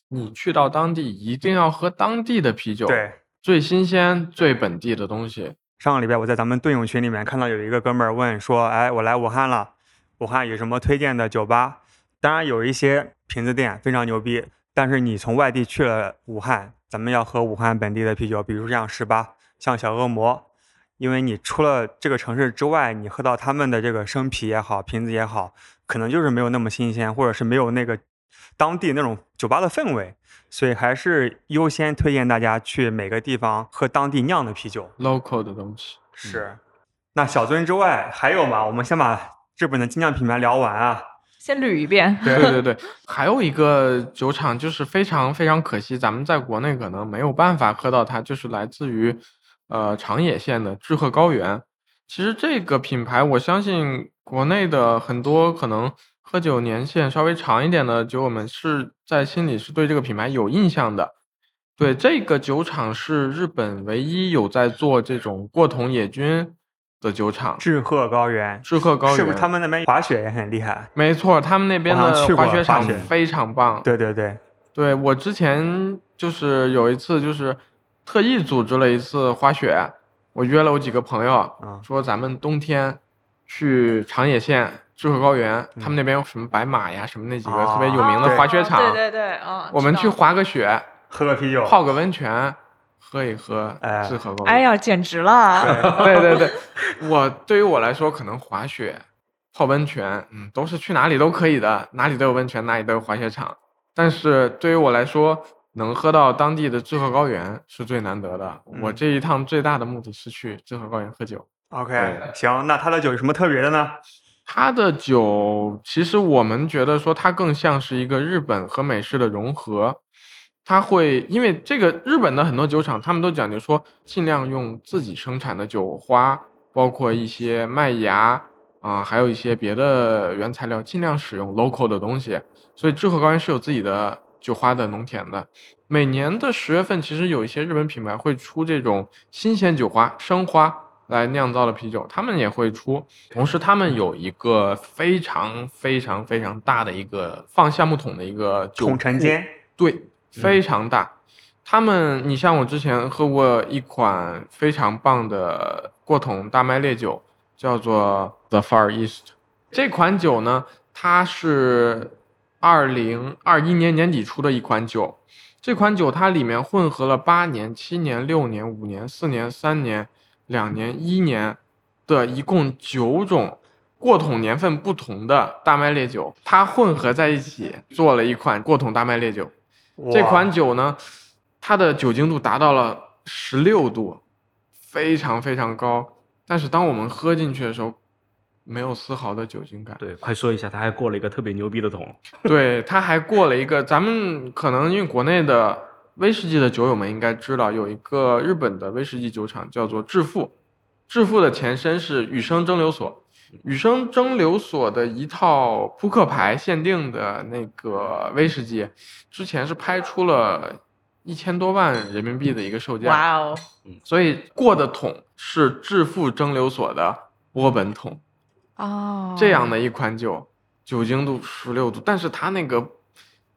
你去到当地一定要喝当地的啤酒，对，最新鲜、最本地的东西。上个礼拜我在咱们队友群里面看到有一个哥们儿问说：“哎，我来武汉了，武汉有什么推荐的酒吧？”当然有一些瓶子店非常牛逼，但是你从外地去了武汉，咱们要喝武汉本地的啤酒，比如像十八、像小恶魔，因为你出了这个城市之外，你喝到他们的这个生啤也好，瓶子也好，可能就是没有那么新鲜，或者是没有那个当地那种酒吧的氛围，所以还是优先推荐大家去每个地方喝当地酿的啤酒。 local 的东西，是，嗯那小樽之外还有吗？我们先把日本的精酿品牌聊完啊。先捋一遍。 对对对，还有一个酒厂就是非常非常可惜，咱们在国内可能没有办法喝到它，就是来自于呃长野县的志贺高原。其实这个品牌，我相信国内的很多可能喝酒年限稍微长一点的酒友们是在心里是对这个品牌有印象的。对，这个酒厂是日本唯一有在做这种过桶野菌的酒厂，志贺高原，志贺高原是不是他们那边滑雪也很厉害？没错，他们那边我好像去的过滑雪场滑雪非常棒。对对对，对我之前就是有一次就是特意组织了一次滑雪，我约了我几个朋友，嗯说咱们冬天去长野县志贺高原，他们那边有什么白马呀什么那几个啊特哦别有名的对滑雪场，对对对，嗯，我们知去道。滑个雪，喝个啤酒，泡个温泉，喝一喝哎志贺高原。哎呀，简直了！ 对对对，我对于我来说，可能滑雪、泡温泉，嗯，都是去哪里都可以的，哪里都有温泉，哪里都有滑雪场。但是对于我来说，能喝到当地的志贺高原是最难得的。我嗯这一趟最大的目的是去志贺高原喝酒。 OK，对行，那他的酒有什么特别的呢？它的酒，其实我们觉得说它更像是一个日本和美式的融合。它会因为这个日本的很多酒厂，他们都讲究说尽量用自己生产的酒花，包括一些麦芽啊、还有一些别的原材料，尽量使用 local 的东西。所以志贺高原是有自己的酒花的农田的。每年的十月份，其实有一些日本品牌会出这种新鲜酒花、生花来酿造的啤酒，他们也会出。同时，他们有一个非常非常非常大的一个放橡木桶的一个酒桶陈库间，对，非常大。他们，你像我之前喝过一款非常棒的过桶大麦烈酒，叫做 The Far East。这款酒呢，它是二零二一年年底出的一款酒。这款酒它里面混合了八年、七年、六年、五年、四年、三年、两年、一年的一共九种过桶年份不同的大麦烈酒，它混合在一起做了一款过桶大麦烈酒。这哇款酒呢，它的酒精度达到了十六度，非常非常高。但是当我们喝进去的时候，没有丝毫的酒精感。对，快说一下，他还过了一个特别牛逼的桶，对，它还过了一个，咱们可能因为国内的威士忌的酒友们应该知道，有一个日本的威士忌酒厂叫做致富，致富的前身是羽生蒸馏所，羽生蒸馏所的一套扑克牌限定的那个威士忌，之前是拍出了一千多万人民币的一个售价。哇哦，所以过的桶是致富蒸馏所的波本桶。哦，这样的一款酒，酒精度十六度，但是它那个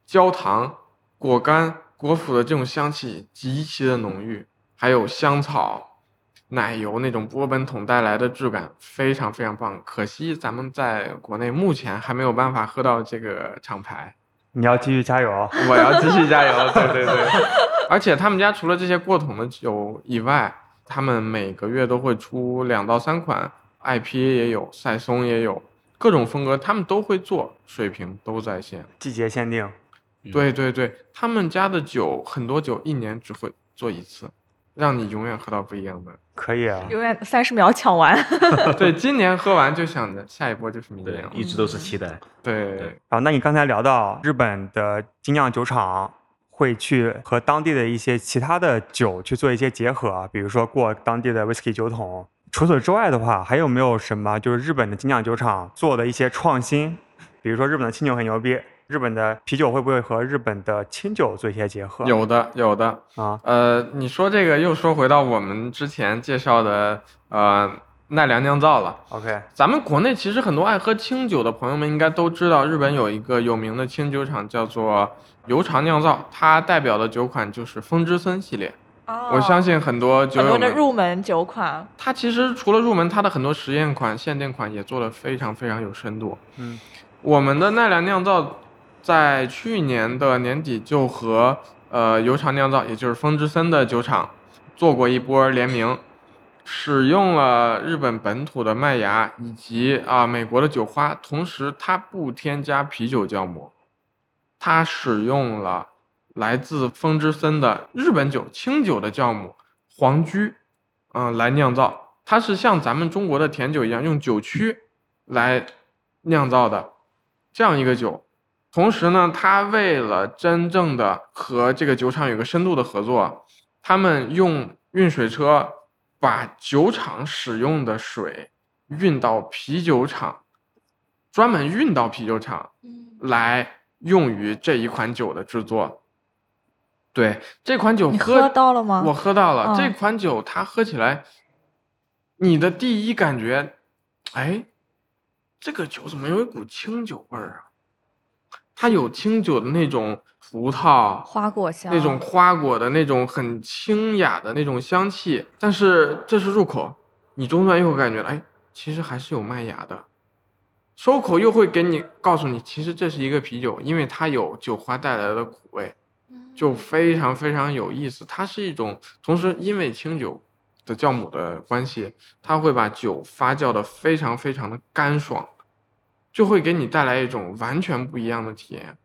焦糖、果干、果脯的这种香气极其的浓郁，还有香草、奶油那种波本桶带来的质感非常非常棒。可惜咱们在国内目前还没有办法喝到这个厂牌，你要继续加油。我要啊继续加油。对对对，而且他们家除了这些过桶的酒以外，他们每个月都会出两到三款 IPA 也有，赛松也有，各种风格他们都会做，水平都在线。季节限定，嗯对对对，他们家的酒很多酒一年只会做一次，让你永远喝到不一样的。 可以啊。永远三十秒抢完。对，今年喝完就想着下一波就是明对年，了。一直都是期待。对啊，那你刚才聊到日本的精酿酒厂会去和当地的一些其他的酒去做一些结合，啊比如说过当地的 whisky 酒桶。除此之外的话，还有没有什么就是日本的精酿酒厂做的一些创新？比如说日本的清酒很牛逼，日本的啤酒会不会和日本的清酒做一些结合？有的有的，啊，呃，你说这个又说回到我们之前介绍的呃奈良酿造了。 OK，咱们国内其实很多爱喝清酒的朋友们应该都知道，日本有一个有名的清酒厂叫做油厂酿造，它代表的酒款就是风之森系列。我相信很多酒哦很友多的们，入门酒款，它其实除了入门，它的很多实验款、限定款也做的非常非常有深度。嗯，我们的奈良酿造在去年的年底就和呃油厂酿造，也就是风之森的酒厂做过一波联名，使用了日本本土的麦芽以及啊、美国的酒花，同时它不添加啤酒酵母，它使用了来自风之森的日本酒清酒的酵母黄居，嗯、来酿造。它是像咱们中国的甜酒一样，用酒曲来酿造的这样一个酒。同时呢，他为了真正的和这个酒厂有个深度的合作，他们用运水车把酒厂使用的水运到啤酒厂，专门运到啤酒厂来用于这一款酒的制作。对这款酒你喝到了吗？我喝到了、嗯这款酒，它喝起来你的第一感觉，哎，这个酒怎么有一股清酒味儿啊？它有清酒的那种葡萄、花果香那种花果的那种很清雅的那种香气，但是这是入口，你中段又会感觉，哎，其实还是有麦芽的。收口又会给你告诉你，其实这是一个啤酒，因为它有酒花带来的苦味。就非常非常有意思。它是一种，同时因为清酒的酵母的关系，它会把酒发酵的非常非常的干爽，就会给你带来一种完全不一样的体验。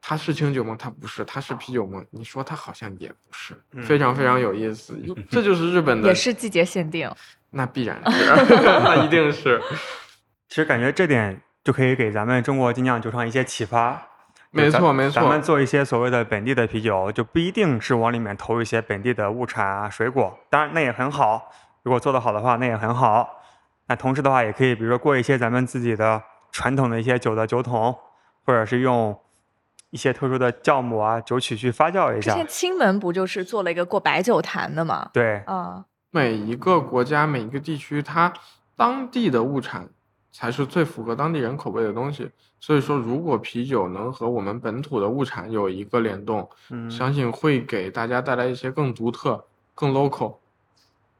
它是清酒吗？它不是，它是啤酒吗？你说它好像也不是，嗯非常非常有 意思。这就是日本的，也是季节限定。那必 然是， 那一定是，其实感觉这点就可以给咱们中国精酿酒厂一些启发。就没咱错没错。咱们做一些所谓的本地的啤酒，就不一定是往里面投一些本地的物产啊、水果，当然那也很好。如果做得好的话，那也很好。那同时的话，也可以比如说过一些咱们自己的传统的一些酒的酒桶，或者是用一些特殊的酵母啊、酒曲去发酵一之下前。青门不就是做了一个过白酒坛的吗？对，啊，每一个国家、每一个地区，它当地的物产才是最符合当地人口味的东西。所以说，如果啤酒能和我们本土的物产有一个联动，嗯，相信会给大家带来一些更独特、更 local、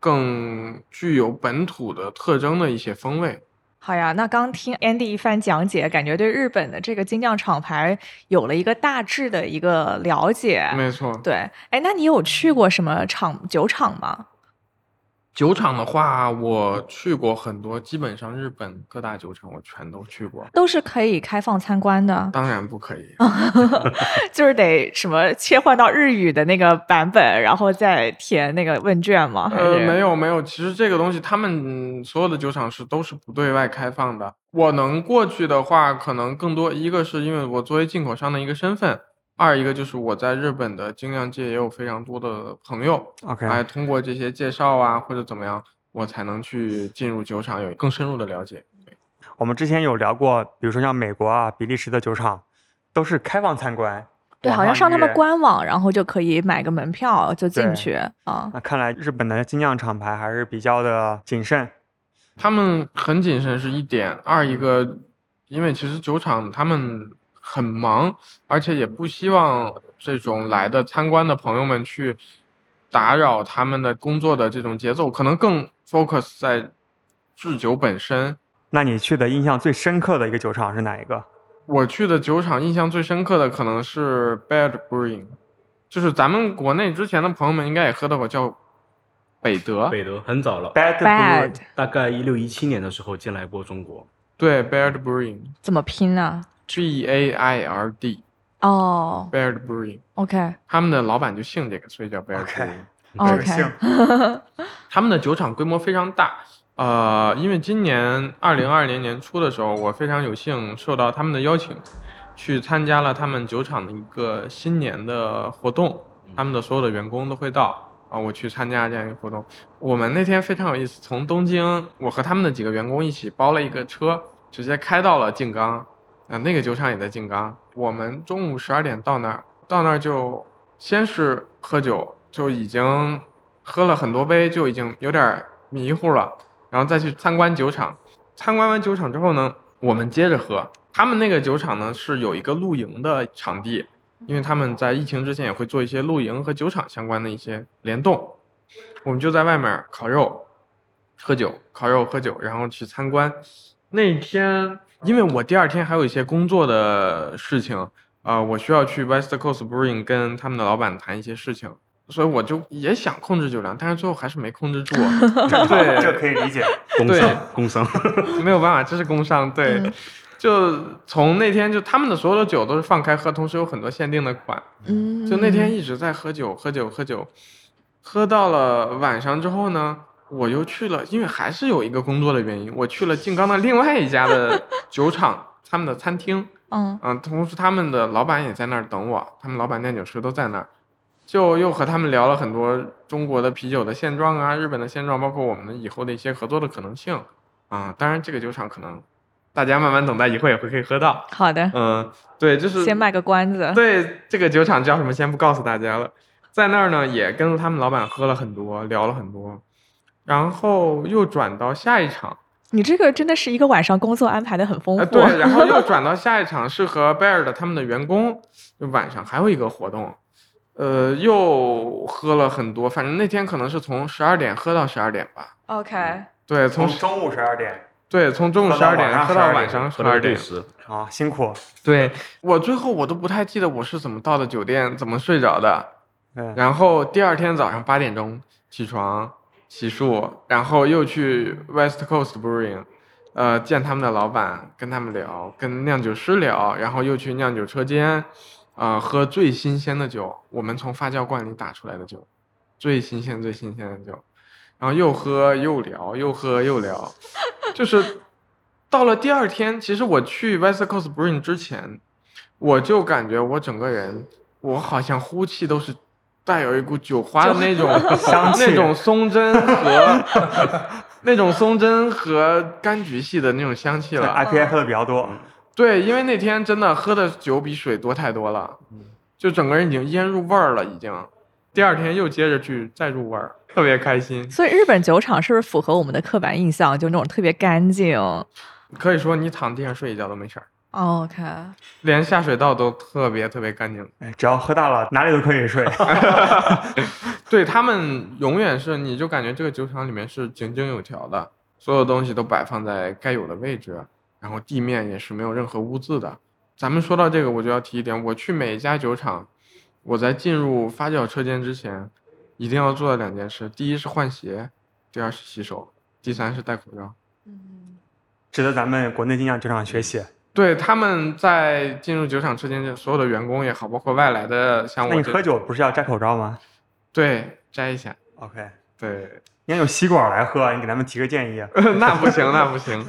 更具有本土的特征的一些风味。好呀，那刚听 Andy 一番讲解，感觉对日本的这个精酿厂牌有了一个大致的一个了解。没错，对，哎，那你有去过什么厂酒厂吗？酒厂的话，我去过很多，基本上日本各大酒厂我全都去过。都是可以开放参观的，当然不可以，就是得什么切换到日语的那个版本，然后再填那个问卷吗？还呃，是没有没有，其实这个东西他们所有的酒厂是都是不对外开放的。我能过去的话，可能更多一个是因为我作为进口商的一个身份，二一个就是我在日本的精酿界也有非常多的朋友， OK，哎，通过这些介绍啊或者怎么样，我才能去进入酒厂有更深入的了解。我们之前有聊过，比如说像美国啊、比利时的酒厂，都是开放参观。对，网好像上他们预约官网，然后就可以买个门票就进对去啊。那看来日本的精酿厂牌还是比较的谨慎。他们很谨慎是一点，二一个，因为其实酒厂他们很忙，而且也不希望这种来的参观的朋友们去打扰他们的工作的这种节奏，可能更 focus 在制酒本身。那你去的印象最深刻的一个酒厂是哪一个？我去的酒厂印象最深刻的可能是 Bad Brewing，就是咱们国内之前的朋友们应该也喝到过叫北德，北德很早了， Bad Bad 大概一六一七年的时候进来过中国。对 Bad Brewing 怎么拼呢？ G A I R D 哦 Bad Brewing。 ，OK 哦他们的老板就姓这个，所以叫 Bear OK Creek 这个 OK，姓 他们的酒厂规模非常大，呃，因为今年二零二零年初的时候，我非常有幸受到他们的邀请，去参加了他们酒厂的一个新年的活动，他们的所有的员工都会到啊，我去参加这样一个活动。我们那天非常有意思，从东京，我和他们的几个员工一起包了一个车，直接开到了静冈，啊、那个酒厂也在静冈。我们中午十二点到那儿，到那儿就先是喝酒，就已经喝了很多杯，就已经有点儿迷糊了，然后再去参观酒厂。参观完酒厂之后呢，我们接着喝。他们那个酒厂呢是有一个露营的场地，因为他们在疫情之前也会做一些露营和酒厂相关的一些联动。我们就在外面烤肉、喝酒、烤肉、喝酒，然后去参观。那天因为我第二天还有一些工作的事情，啊，我需要去 West Coast Brewing 跟他们的老板谈一些事情，所以我就也想控制酒量，但是最后还是没控制住。啊 对，这可以 理解。工对商，工商， 没有办法，这是工伤。对，就从那天就他们的所有的酒都是放开喝，同时有很多限定的款。嗯，就那天一直在喝酒，喝酒，喝酒，喝到了晚上之后呢，我又去了，因为还是有一个工作的原因，我去了静冈的另外一家的酒厂，他们的餐厅。嗯嗯，同时他们的老板也在那儿等我，他们老板酿酒师都在那儿，就又和他们聊了很多中国的啤酒的现状啊，日本的现状，包括我们以后的一些合作的可能性啊。当然，这个酒厂可能大家慢慢等待，一会儿也会可以喝到。好的，嗯，对，就是先卖个关子。对这个酒厂叫什么，先不告诉大家了。在那儿呢，也跟他们老板喝了很多，聊了很多。然后又转到下一场，你这个真的是一个晚上工作安排的很丰啊、富。对，然后又转到下一场是和贝尔的他们的员工，就晚上还有一个活动，呃，又喝了很多，反正那天可能是从十二点喝到十二点吧。 OK，对，从从中午十二点对从中午喝十到二点晚上喝到12晚点上喝十到二一对点。十，啊，辛苦。对我最后我都不太记得我是怎么到的酒店，怎么睡着的。嗯，然后第二天早上八点钟起床洗漱，然后又去 West Coast Brewing，呃，见他们的老板，跟他们聊，跟酿酒师聊，然后又去酿酒车间，呃，喝最新鲜的酒，我们从发酵罐里打出来的酒，最新鲜最新鲜的酒，然后又喝又聊，又喝 又聊，就是到了第二天，其实我去 West Coast Brewing 之前，我就感觉我整个人，我好像呼气都是带有一股酒花的那种 香气那种松针和 那种松针和柑橘系的那种香嗯气了。 IPA 喝的比较多，对，因为那天真的喝的酒比水多太多了，就整个人已经腌入味儿了，已经。第二天又接着去再入味儿，特别开心。所以日本酒厂是不是符合我们的刻板印象，就那种特别干净哦可以说你躺地上睡一觉都没事儿， ？OK，连下水道都特别特别干净。哎只要喝大了，哪里都可以睡。 对他们永远是，你就感觉这个酒厂里面是井井有条的，所有东西都摆放在该有的位置，然后地面也是没有任何污渍的。咱们说到这个，我就要提一点，我去每一家酒厂，我在进入发酵车间之前，一定要做的两件事：第一是换鞋，第二是洗手，第三是戴口罩。嗯值得咱们国内精酿酒厂学习。对，他们在进入酒厂车间，所有的员工也好，包括外来的，像那我你这喝酒不是要摘口罩吗对摘一下， ？OK，对。你要用吸管来喝，你给咱们提个建议。 那不行，那不行，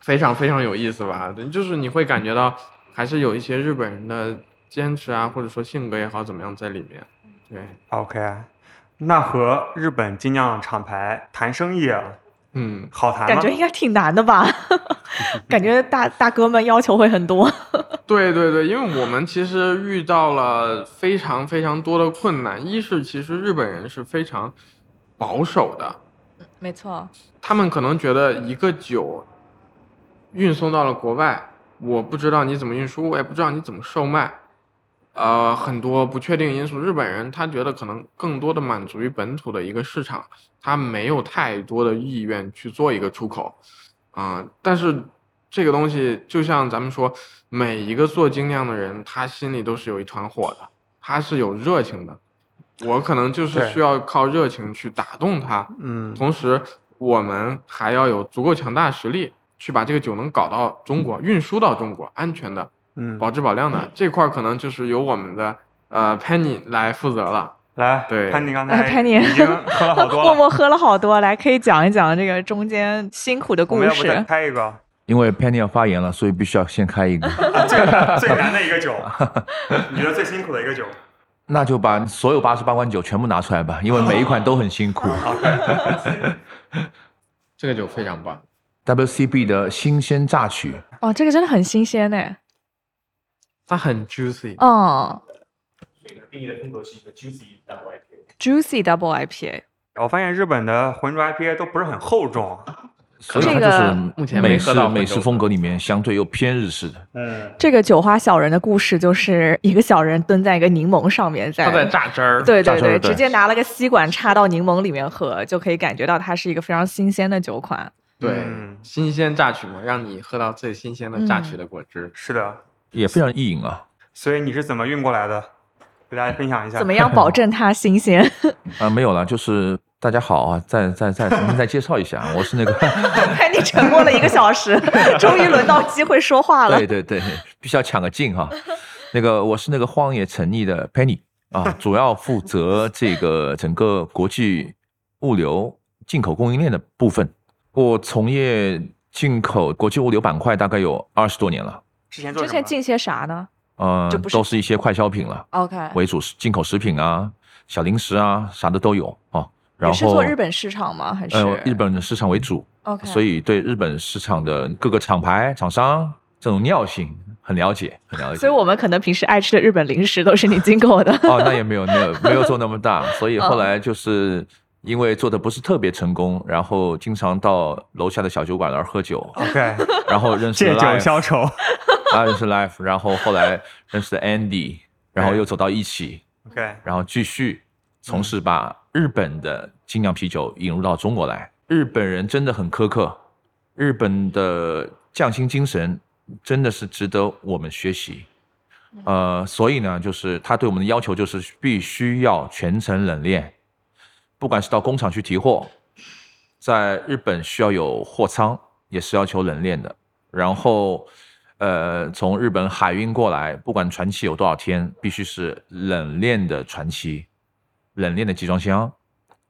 非常非常有意思吧？就是你会感觉到，还是有一些日本人的坚持啊，或者说性格也好，怎么样在里面。对， OK，那和日本精酿厂牌谈生意啊嗯，好谈吗？感觉应该挺难 的吧？感觉大大哥们要求会很多。对对对，因为我们其实遇到了非常非常多的困难，一是其实日本人是非常保守的，没错，他们可能觉得一个酒运送到了国外，我不知道你怎么运输，我也不知道你怎么售卖，呃，很多不确定因素。日本人他觉得可能更多的满足于本土的一个市场，他没有太多的意愿去做一个出口，啊、但是这个东西就像咱们说，每一个做精酿的人，他心里都是有一团火的，他是有热情的。我可能就是对需要靠热情去打动他，嗯，同时，我们还要有足够强大的实力去把这个酒能搞到中国，运输到中国，安全的、嗯，保质保量的这块，可能就是由我们的呃 Penny 来负责了。来，对潘妮刚来才啊潘妮已经喝了好多 默了，默喝了好多，来可以讲一讲这个中间辛苦的我故们要不再事。开一个因为 Penny 要发言了，所以必须要先开一个。 最难的一个酒，你觉得最辛苦的一个酒？那就把所有八十八款酒全部拿出来吧，因为每一款都很辛 苦。这个酒非常棒， WCB 的新鲜榨取，哦，这个真的很新鲜欸呢。它很 juicy，、嗯定义的风格是一个 juicy double IPA。 ，Juicy Double IPA。我发现日本的浑浊 IPA 都不是很厚重，所以它这就个是目前没美喝式到美惠式州风格里面相对又偏日式的。嗯，这个酒花小人的故事就是一个小人蹲在一个柠檬上面在，它在榨汁儿。对榨对汁对，儿对直接拿了个吸管插到柠檬里面喝，就可以感觉到它是一个非常新鲜的酒款。对嗯新鲜榨取嘛，让你喝到最新鲜的榨取的果汁。是的。也非常意淫啊！所以你是怎么运过来的？给大家分享一下。怎么样保证它新鲜？ 啊、没有了，就是大家好啊，再再再重新再介绍一下，啊我是那 个，看你沉默了一个 小时，终于轮到机会说话了对。对对，必须要抢个劲哈。那个我是那个荒野成立的 Penny 啊，主要负责这个整个国际物流进口供应链的部分。我从业进口国际物流板块大概有二十多年了，之前做之什么前？进些啥呢嗯、就不是都是一些快消品了。 ？OK，为主，进口食品啊、小零食啊，啥的都有啊。然你后是做日本市场吗？还是呃日本的市场为主， ？OK，所以对日本市场的各个厂牌、厂商这种尿性很了解，很了解。所以我们可能平时爱吃的日本零食都是你进口的。 哦，那也没有，没有没有做那么大，所以后来就是因为做的不是特别成功，然后经常到楼下的小酒馆那儿喝酒，哦 OK，然后认识借了酒 Life，消愁。啊，认识 Life，然后后来认识了 Andy，然后又走到一起， OK，然后继续从事把日本的精酿啤酒引入到中国来。日本人真的很苛刻，日本的匠心精神真的是值得我们学习。呃，所以呢，就是他对我们的要求就是必须要全程冷链，不管是到工厂去提货，在日本需要有货仓，也是要求冷链的。然后，呃，从日本海运过来，不管船期有多少天，必须是冷链的船期，冷链的集装箱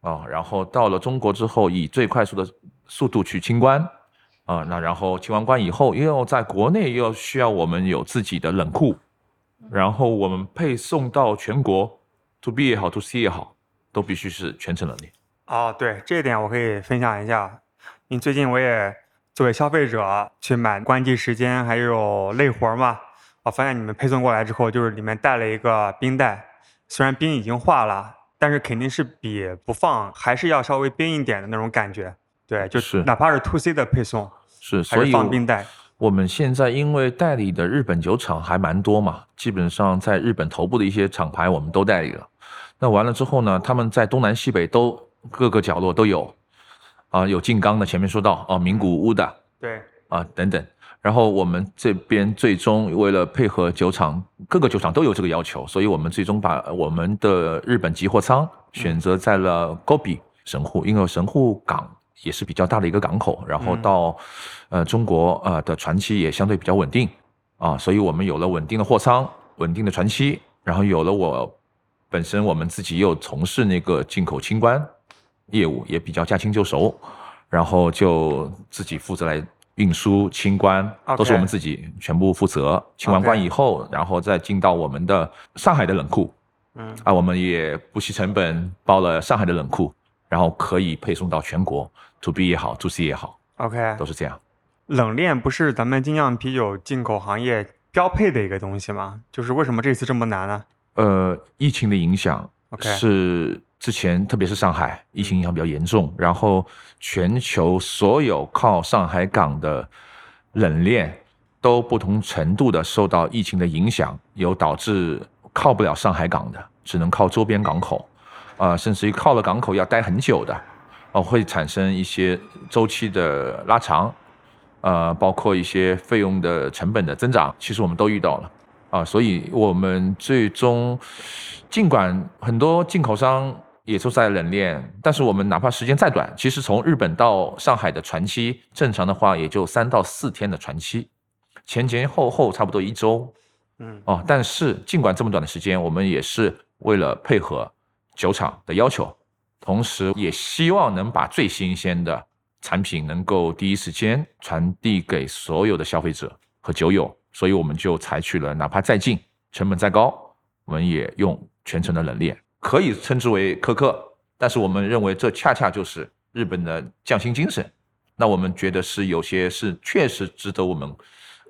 啊、然后到了中国之后，以最快速的速度去清关啊、那然后清完关以后，又在国内又需要我们有自己的冷库，然后我们配送到全国，to B 也好，to C 也好，都必须是全程冷链。哦，对，这一点我可以分享一下。因为最近我也作为消费者去买关机时间还有累活儿嘛，我发现你们配送过来之后，就是里面带了一个冰袋，虽然冰已经化了，但是肯定是比不放还是要稍微冰一点的那种感觉。对，就是哪怕是 to C 的配送，是，还所是以放冰袋。我们现在因为代理的日本酒厂还蛮多嘛，基本上在日本头部的一些厂牌我们都代理了。那完了之后呢，他们在东南西北都各个角落都有，啊，有静冈的，前面说到啊，名古屋的对，啊等等。然后我们这边最终为了配合酒厂，各个酒厂都有这个要求，所以我们最终把我们的日本集货仓选择在了 Gobi 神户，因为神户港也是比较大的一个港口，然后嗯到、呃中国呃的船期也相对比较稳定啊，所以我们有了稳定的货仓、稳定的船期，然后有了我本身我们自己又从事那个进口清关业务，也比较驾轻就熟，然后就自己负责来运输清关 OK 都是我们自己全部负责。清完关 OK 以后然后再进到我们的上海的冷库嗯，啊，我们也不惜成本包了上海的冷库，然后可以配送到全国，to B 也好，to C 也好， OK，都是这样。冷链不是咱们精酿啤酒进口行业标配的一个东西吗？就是为什么这次这么难呢呃，疫情的影响 OK 是之前，特别是上海疫情影响比较严重，然后全球所有靠上海港的冷链都不同程度的受到疫情的影响，有导致靠不了上海港的，只能靠周边港口，啊、甚至于靠了港口要待很久的，哦，会产生一些周期的拉长，呃，包括一些费用的成本的增长，其实我们都遇到了啊、所以我们最终，尽管很多进口商也都在冷链，但是我们哪怕时间再短，其实从日本到上海的船期，正常的话也就三到四天的船期，前前后后差不多一周，嗯哦，但是尽管这么短的时间，我们也是为了配合酒厂的要求，同时也希望能把最新鲜的产品能够第一时间传递给所有的消费者和酒友，所以我们就采取了哪怕再近、成本再高，我们也用全程的冷链，可以称之为苛刻，但是我们认为这恰恰就是日本的匠心精神。那我们觉得是有些是确实值得我们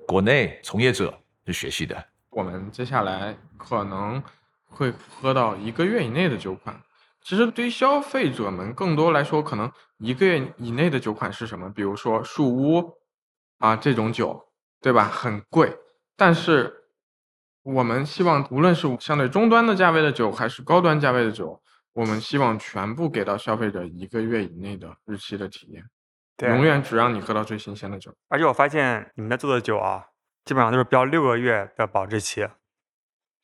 国内从业者去学习的。我们接下来可能会喝到一个月以内的酒款。其实对于消费者们更多来说，可能一个月以内的酒款是什么？比如说树屋啊这种酒，对吧？很贵，但是我们希望无论是相对中端的价位的酒，还是高端价位的酒，我们希望全部给到消费者一个月以内的日期的体验，对，永远只让你喝到最新鲜的酒。而且我发现你们在做的酒啊，基本上都是标六个月的保质期，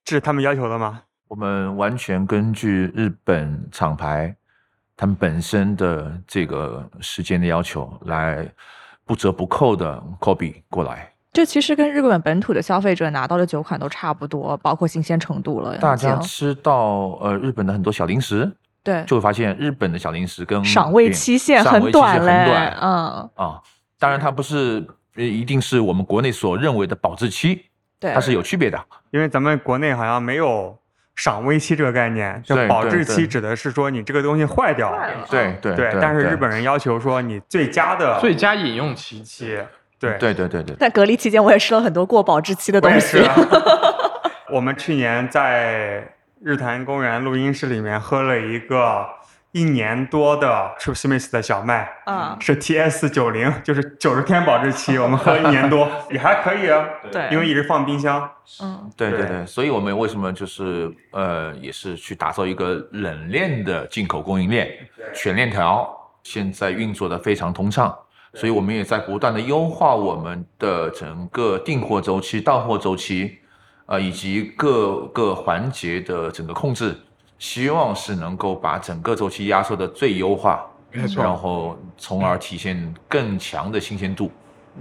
这是他们要求的吗？我们完全根据日本厂牌他们本身的这个时间的要求来不折不扣的 copy 过来。这其实跟日本本土的消费者拿到的酒款都差不多，包括新鲜程度了。大已经家吃到呃日本的很多小零食，对就会发现日本的小零食跟赏味别期限赏很味期短限很嘞，短嗯，啊，当然它不是呃一定是我们国内所认为的保质期，对，它是有区别的。因为咱们国内好像没有赏味期这个概念，就对保对质对期指的是说你这个东西坏掉了，对啊对对，但是日本人要求说你最佳的最佳饮用期期，对，对对对对在隔离期间，我也吃了很多过保质期的我东也西是。啊 我们去年在日坛公园录音室里面喝了一个一年多的 Trip Smith 的小麦，啊，是 TS 九零，就是九十天保质期，我们喝一年 多也还可以啊，对，因为一直放冰箱。嗯对对对对，所以我们为什么就是呃，也是去打造一个冷链的进口供应链，全链条现在运作的非常通畅，所以我们也在不断的优化我们的整个订货周期、到货周期，呃，以及各个环节的整个控制，希望是能够把整个周期压缩的最优化，没错然后从而体现更强的新鲜度。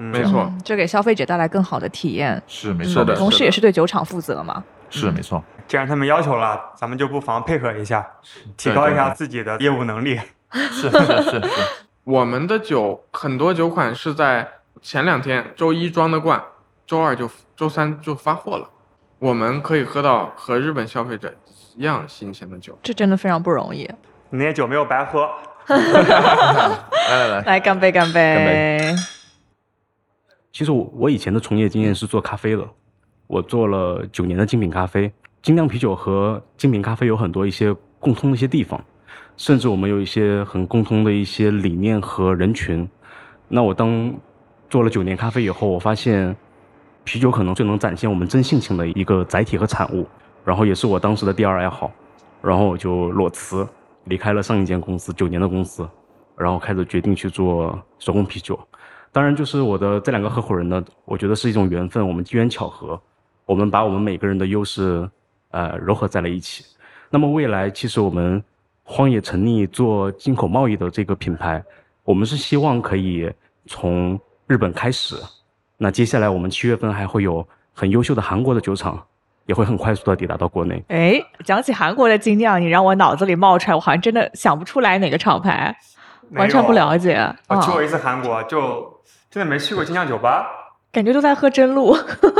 嗯，没错嗯，就给消费者带来更好的体验。是没嗯错，的没错同时是也是对酒厂负责嘛。是没错。既然他们要求了，咱们就不妨配合一下，提高一下自己的业务能力。是是 是是，我们的酒很多酒款是在前两天周一装的罐，周二就周三就发货了。我们可以喝到和日本消费者一样新鲜的酒。这真的非常不容易。你那些酒没有白喝，来来来，来，干杯，干杯！其实我我以前的从业经验是做咖啡的，我做了九年的精品咖啡。精酿啤酒和精品咖啡有很多一些共通的一些地方，甚至我们有一些很共通的一些理念和人群。那我当做了九年咖啡以后，我发现啤酒可能最能展现我们真性情的一个载体和产物，然后也是我当时的第二爱好。然后我就裸辞，离开了上一间公司九年的公司，然后开始决定去做手工啤酒。当然，就是我的这两个合伙人呢，我觉得是一种缘分，我们机缘巧合，我们把我们每个人的优势，呃，糅合在了一起。那么未来，其实我们荒野沉溺做进口贸易的这个品牌，我们是希望可以从日本开始。那接下来我们七月份还会有很优秀的韩国的酒厂，也会很快速的抵达到国内。哎，讲起韩国的精酿，你让我脑子里冒出来，我好像真的想不出来哪个厂牌，没有完全不了解。啊、我去过一次韩国，就真的没去过精酿酒吧，感觉都在喝真露。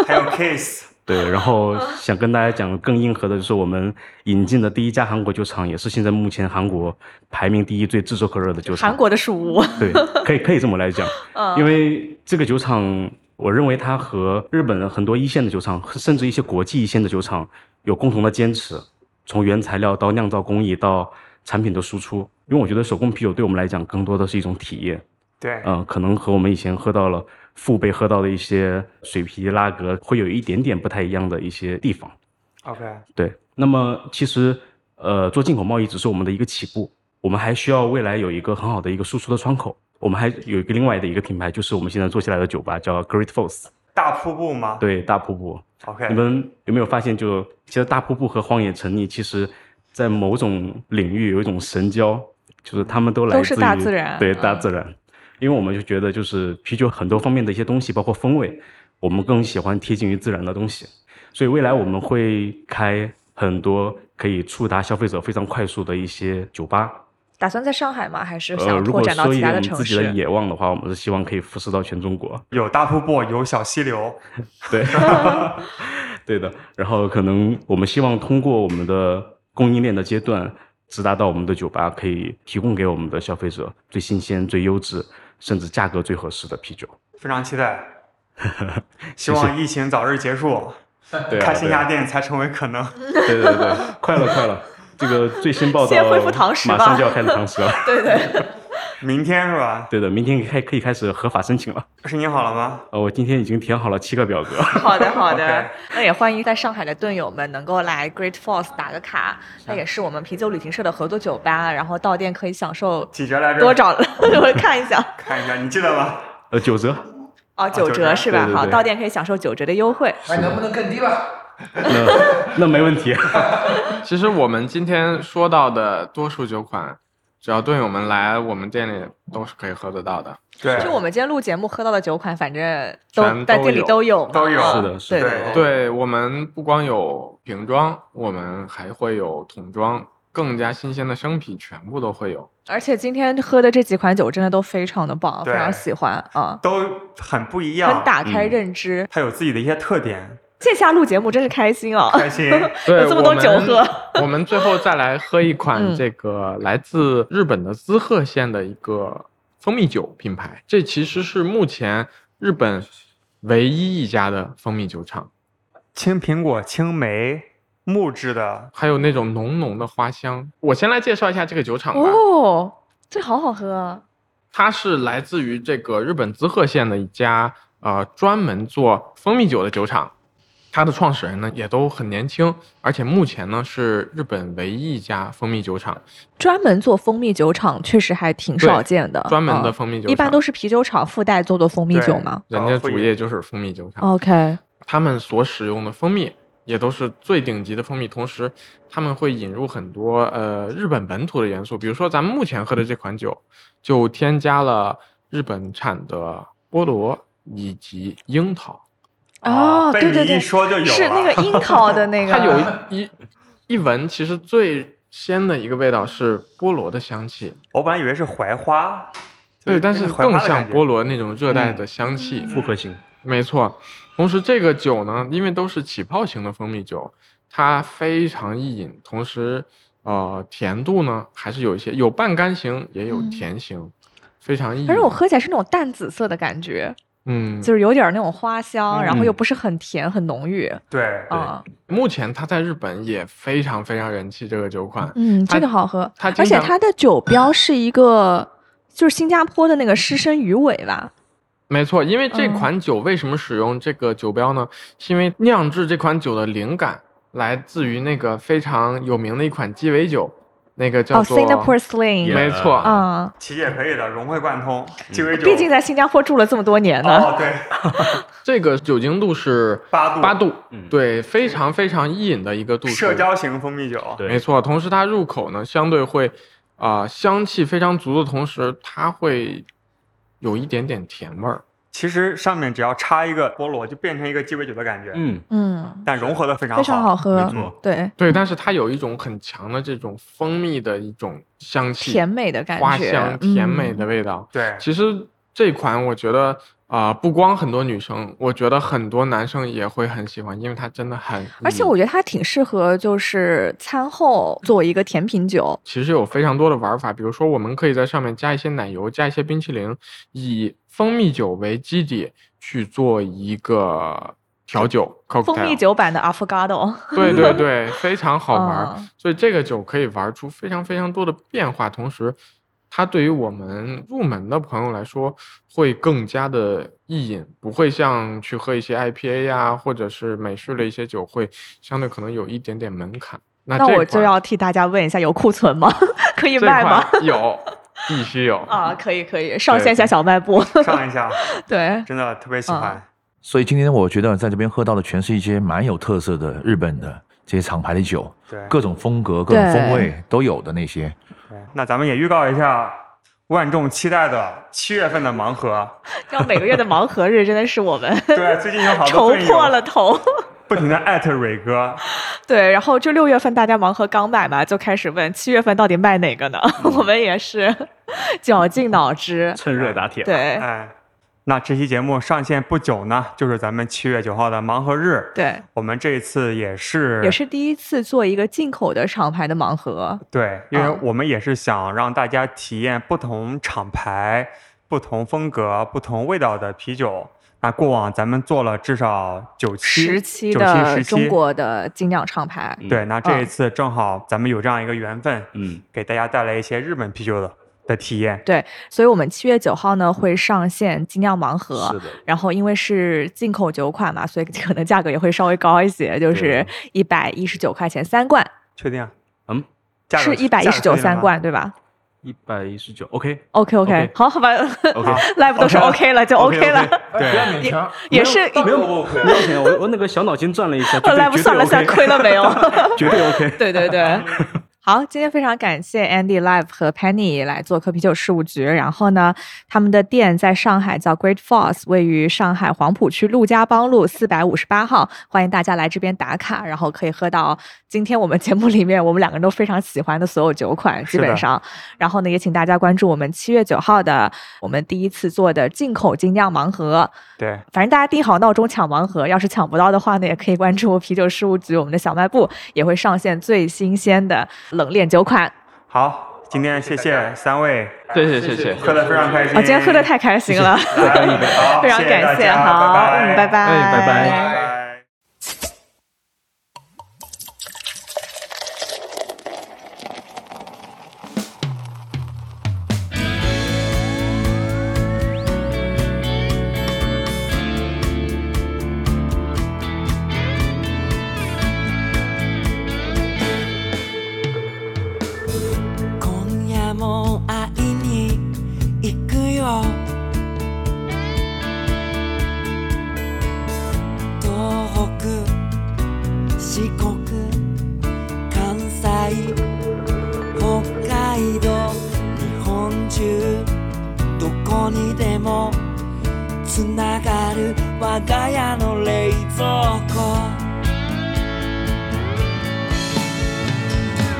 还有 Kiss， 对，然后想跟大家讲更硬核的，就是我们引进的第一家韩国酒厂，也是现在目前韩国排名第一最炙手可热的酒厂。韩国的树屋，对，可以可以这么来讲，嗯因为这个酒厂，我认为它和日本很多一线的酒厂，甚至一些国际一线的酒厂有共同的坚持，从原材料到酿造工艺到产品的输出。因为我觉得手工啤酒对我们来讲，更多的是一种体验，对，嗯、可能和我们以前喝到了父辈喝到的一些水啤拉格，会有一点点不太一样的一些地方。 OK，对，那么其实呃，做进口贸易只是我们的一个起步，我们还需要未来有一个很好的一个输出的窗口。我们还有一个另外的一个品牌，就是我们现在做下来的酒吧叫 Great Falls，大瀑布吗？对，大瀑布。 ，OK，哎你们有没有发现就，其实大瀑布和荒野沉溺，其实在某种领域有一种神交，就是他们都来都是自大于自然对大嗯自然。因为我们就觉得，就是啤酒很多方面的一些东西，包括风味，我们更喜欢贴近于自然的东西。所以未来我们会开很多可以触达消费者非常快速的一些酒吧。打算在上海吗？还是呃，想如拓果展到说一其点他我们城自己的市？野望的话，我们是希望可以辐射到全中国。有大瀑布，有小溪流，对， 对的。然后可能我们希望通过我们的供应链的阶段，直达到我们的酒吧，可以提供给我们的消费者最新鲜、最优质，甚至价格最合适的啤酒。非常期待。 希谢谢望疫情早日结束，对啊开线下店，店才成为可能。对啊对对对，快了快了。这个最新报道，先恢复堂食吧马上就要开始堂食了。 对对，明天是吧？对的，明天开可以开始合法申请了。是你好了吗？呃，我今天已经填好了七个表格。好的好的 OK。那也欢迎在上海的盾友们能够来 Great Falls 打个卡，那也是我们啤酒旅行社的合作酒吧，然后到店可以享受几折来着？多少？ 我看一下。看一下，你记得吗？呃，九折。啊哦，九九折折是吧？对对好，对到店可以享受九折的优惠。还哎能不能更低了？那那没问题。其实我们今天说到的多数酒款，只要队友们来我们店里都是可以喝得到的。对 就我们今天录节目喝到的酒款，反正都全都在店里都有嘛，都有嗯是的是的对对。对我们不光有瓶装，我们还会有桶装，更加新鲜的生啤全部都会有。而且今天喝的这几款酒真的都非常的棒，非对常喜欢啊，都很不一样，很打开嗯认知。它有自己的一些特点。线下录节目真是开心啊！开心，对，有这么多酒喝 我们。我们最后再来喝一嗯款这个来自日本的滋贺县的一个蜂蜜酒品牌，这其实是目前日本唯一一家的蜂蜜酒厂。青苹果、青梅、木质的，还有那种浓浓的花香。我先来介绍一下这个酒厂吧，哦，这好好喝，啊它是来自于这个日本滋贺县的一家呃专门做蜂蜜酒的酒厂。它的创始人呢也都很年轻，而且目前呢是日本唯一一家蜂蜜酒厂，专门做蜂蜜酒厂确实还挺少见的，专门的嗯蜂蜜酒厂。一般都是啤酒厂附带做做蜂蜜对哦酒嘛。人家主业就是蜂蜜酒厂。哦 OK，他们所使用的蜂蜜也都是最顶级的蜂蜜，同时他们会引入很多呃日本本土的元素，比如说咱们目前喝的这款酒，就添加了日本产的菠萝以及樱桃，哦，啊被对你对一对，说就有了，是那个樱桃的 那个，它有一一一闻，其实最鲜的一个味道是菠萝的香气，我本来以为是槐花， 对，但是更像菠萝。萝那种热嗯带的香气，复合型，没错，同时这个酒呢，因为都是起泡型的蜂蜜酒，它非常易饮，同时呃甜度呢还是有一些，有半干型也有嗯甜型，非常易饮。反正我喝起来是那种淡紫色的感觉，嗯，就是有点儿那种花香，然后嗯又不是很甜，很浓郁对，嗯啊。目前它在日本也非常非常人气这个酒款，嗯，它这个好喝，它经而且常它的酒标是一个，就是新加坡的那个狮身鱼尾吧？没错，因为这嗯款酒为什么使用这个酒标呢？是因为酿制这款酒的灵感来自于那个非常有名的一款鸡尾酒，那个哦叫做、 ，Singapore 没 Sling，错啊，其实也可以的，融会贯通。嗯鸡尾酒，毕竟在新加坡住了这么多年呢。哦，对，这个酒精度是八度八度，嗯对，非常非常易饮的一个度数。社交型蜂蜜酒，对，没错，同时它入口呢相对会，啊、香气非常足的同时，它会有一点点甜味儿。其实上面只要插一个菠萝，就变成一个鸡尾酒的感觉，嗯，嗯，但融合的非常嗯非常好喝没，错，对，对，但是它有一种很强的这种蜂蜜的一种香气，甜美的感觉，花香、甜美嗯的味道。对，其实这款我觉得啊、不光很多女生，我觉得很多男生也会很喜欢，因为它真的很易饮。而且我觉得它挺适合，就是餐后做一个甜品酒。其实有非常多的玩法，比如说我们可以在上面加一些奶油，加一些冰淇淋，以蜂蜜酒为基底去做一个调酒 cocktail。蜂蜜，酒版的 Affogato，对 对对，非常好玩。嗯所以这个酒可以玩出非常非常多的变化，同时它对于我们入门的朋友来说会更加的易饮，不会像去喝一些 IPA 呀、或者是美式的一些酒会相对可能有一点点门槛。那那啊这我就款要替大家问一下，有库存吗？ 可以这卖吗？款有，必须有啊，！可以可以，上对线下小卖部。上一下， 对，真的特别喜欢。嗯所以今天我觉得在这边喝到的全是一些蛮有特色的日本的这些厂牌的酒，对，各种风格、各种风味都有的那些。对那咱们也预告一下万众期待的七月份的盲盒。像每个月的盲盒日真的是 我们对，最近有好多 愁队友破了头。不停的艾特蕊哥，对，然后就六月份大家盲盒刚买嘛，就开始问七月份到底卖哪个呢？ 我们也是绞尽脑汁。趁热打铁，，对哎，那这期节目上线不久呢，就是咱们七月九号的盲盒日。对，我们这一次也是也是第一次做一个进口的厂牌的盲盒。对，因为嗯我们也是想让大家体验不同厂牌、不同风格、不同味道的啤酒。那过往咱们做了至少九期、时九期、期的十中期。国的精酿厂牌，对，那这一嗯次正好咱们有这样一个缘分，嗯，给大家带来一些日本啤酒的的体验。对，所以我们七月九号呢会上线精酿盲盒是，的，然后因为是进口酒款嘛，所以可能价格也会稍微高一些，就是一百一十九块钱三罐，确定啊？嗯，价格是一百一十九三。价格确定了吗罐对吧一百一十九，OK ？OK OK， OK 好好吧 OK， ，Live 都是 OK OK 了就 OK，OK 了，不 要勉强，也是没有不没有钱，我我那个小脑筋转了 一下，绝对 Live 算了算亏了没有？绝对 OK，对对对。好，今天非常感谢 Andy Live 和 Penny 来做客啤酒事务局。然后呢，他们的店在上海叫 Great Falls，位于上海黄浦区陆家浜路四百五十八号，欢迎大家来这边打卡，然后可以喝到今天我们节目里面我们两个人都非常喜欢的所有酒款，基是的本上。然后呢，也请大家关注我们七月九号的我们第一次做的进口精酿盲盒。对，反正大家定好闹钟抢盲盒，要是抢不到的话呢，也可以关注啤酒事务局我们的小卖部，也会上线最新鲜的冷链酒款。好，今天谢谢三位，谢 谢谢谢。喝的非常开心。啊，今天喝的太开心了，再干一杯，好 非常谢大感谢，家好，哎拜拜，嗯，拜拜，哎拜拜拜拜こにでもつながる我が家の冷蔵庫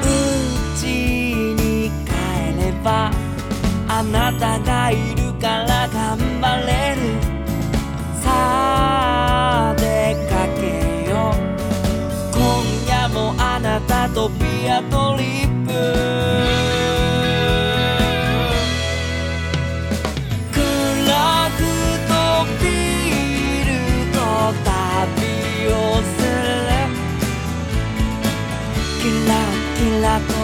うちに帰ればあなたがいるから頑張れるさあ出かけよう今夜もあなたとビアトリップクラフトビールと旅をするキラキラと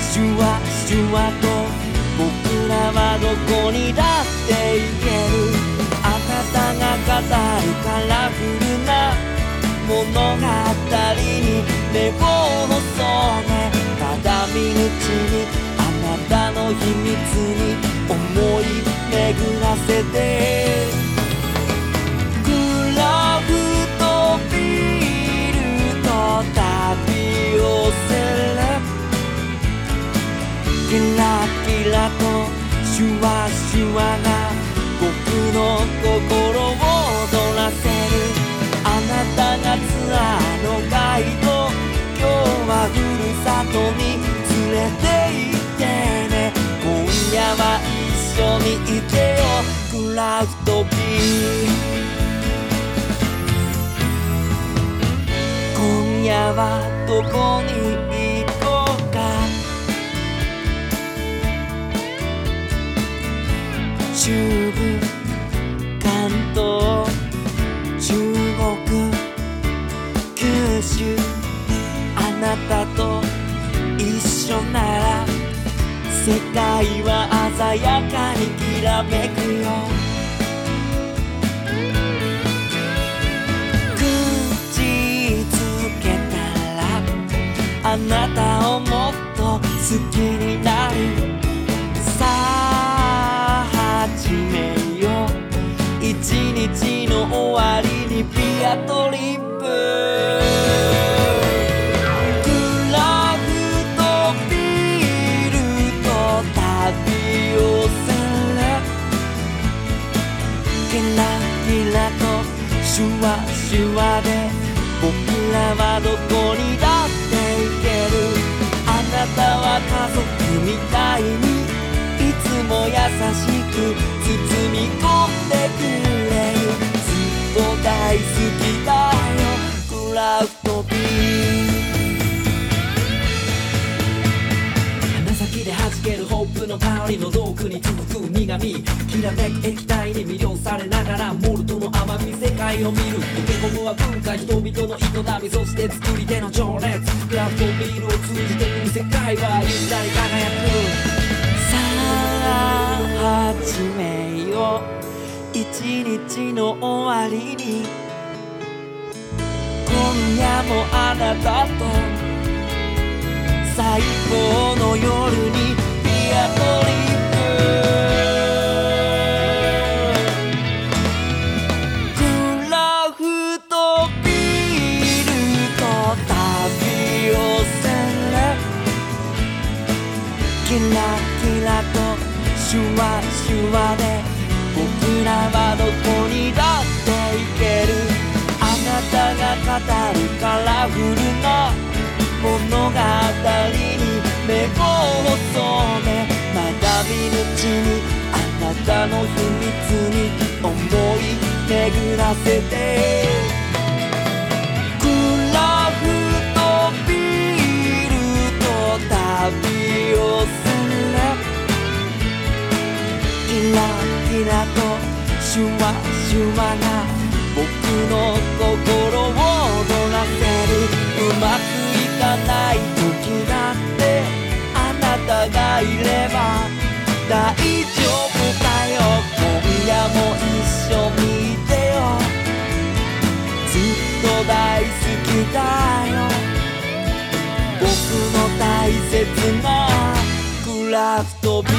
シュワシュワと僕らはどこにだって行けるあなたが語るカラフルな物語に目を細め鏡口にあなたの秘密に思い巡らせてクラフトビールと旅をするキラキラとシュワシュワが僕の心を踊らせるあなたがツアーのガイド今日はふるさとに連れて行ってね今夜は一緒にいてよクラフトビール今夜はどこに行こうか中部関東中国九州あなたと一緒なら世界は鮮やかにきらめくよ口つけたらあなたをもっと好きになるさあ始めよう一日の終わりにビアトリップクラフトビールと旅をするキラキラとシュワシュワで僕らはどこにだって行けるあなたは家族みたいにいつも優しく包み込んでくれるずっと大好きだよクラフトビール鼻先で弾けるホップの香りの毒に続く苦味きらめく液体に魅了されながらモルトの甘み世界を見る溶け込むは文化人々の営みそして作り手の情熱クラフトビールを通じて見世界は一体輝くさあ始めよう一日の終わりに今夜もあなたと最高の夜にビアトリップクラフトビールと旅をするキラキラとシュワシュワで僕らはどこにだって行けるあなたが語るカラフルな物語に目を細め学び口にあなたの秘密に思い巡らせてクラフトビールと旅をするキラキラとシュワシュワが僕の心を踊らせるうまくいかない時だってあなたがいれば大丈夫だよ今夜も一緒にいてよずっと大好きだよ僕の大切なクラフトビール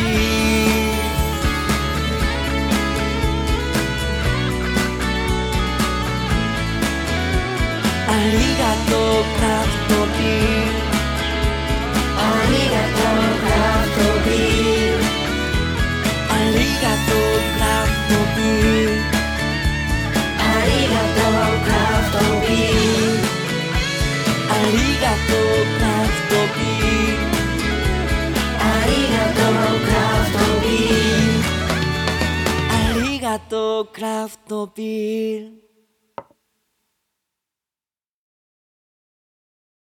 ありがとうクラフトビールありがとうクラフトビールありがとうクラフトビールりがとうクラフトビールありがとうクラフトビールありがとうクラフトビール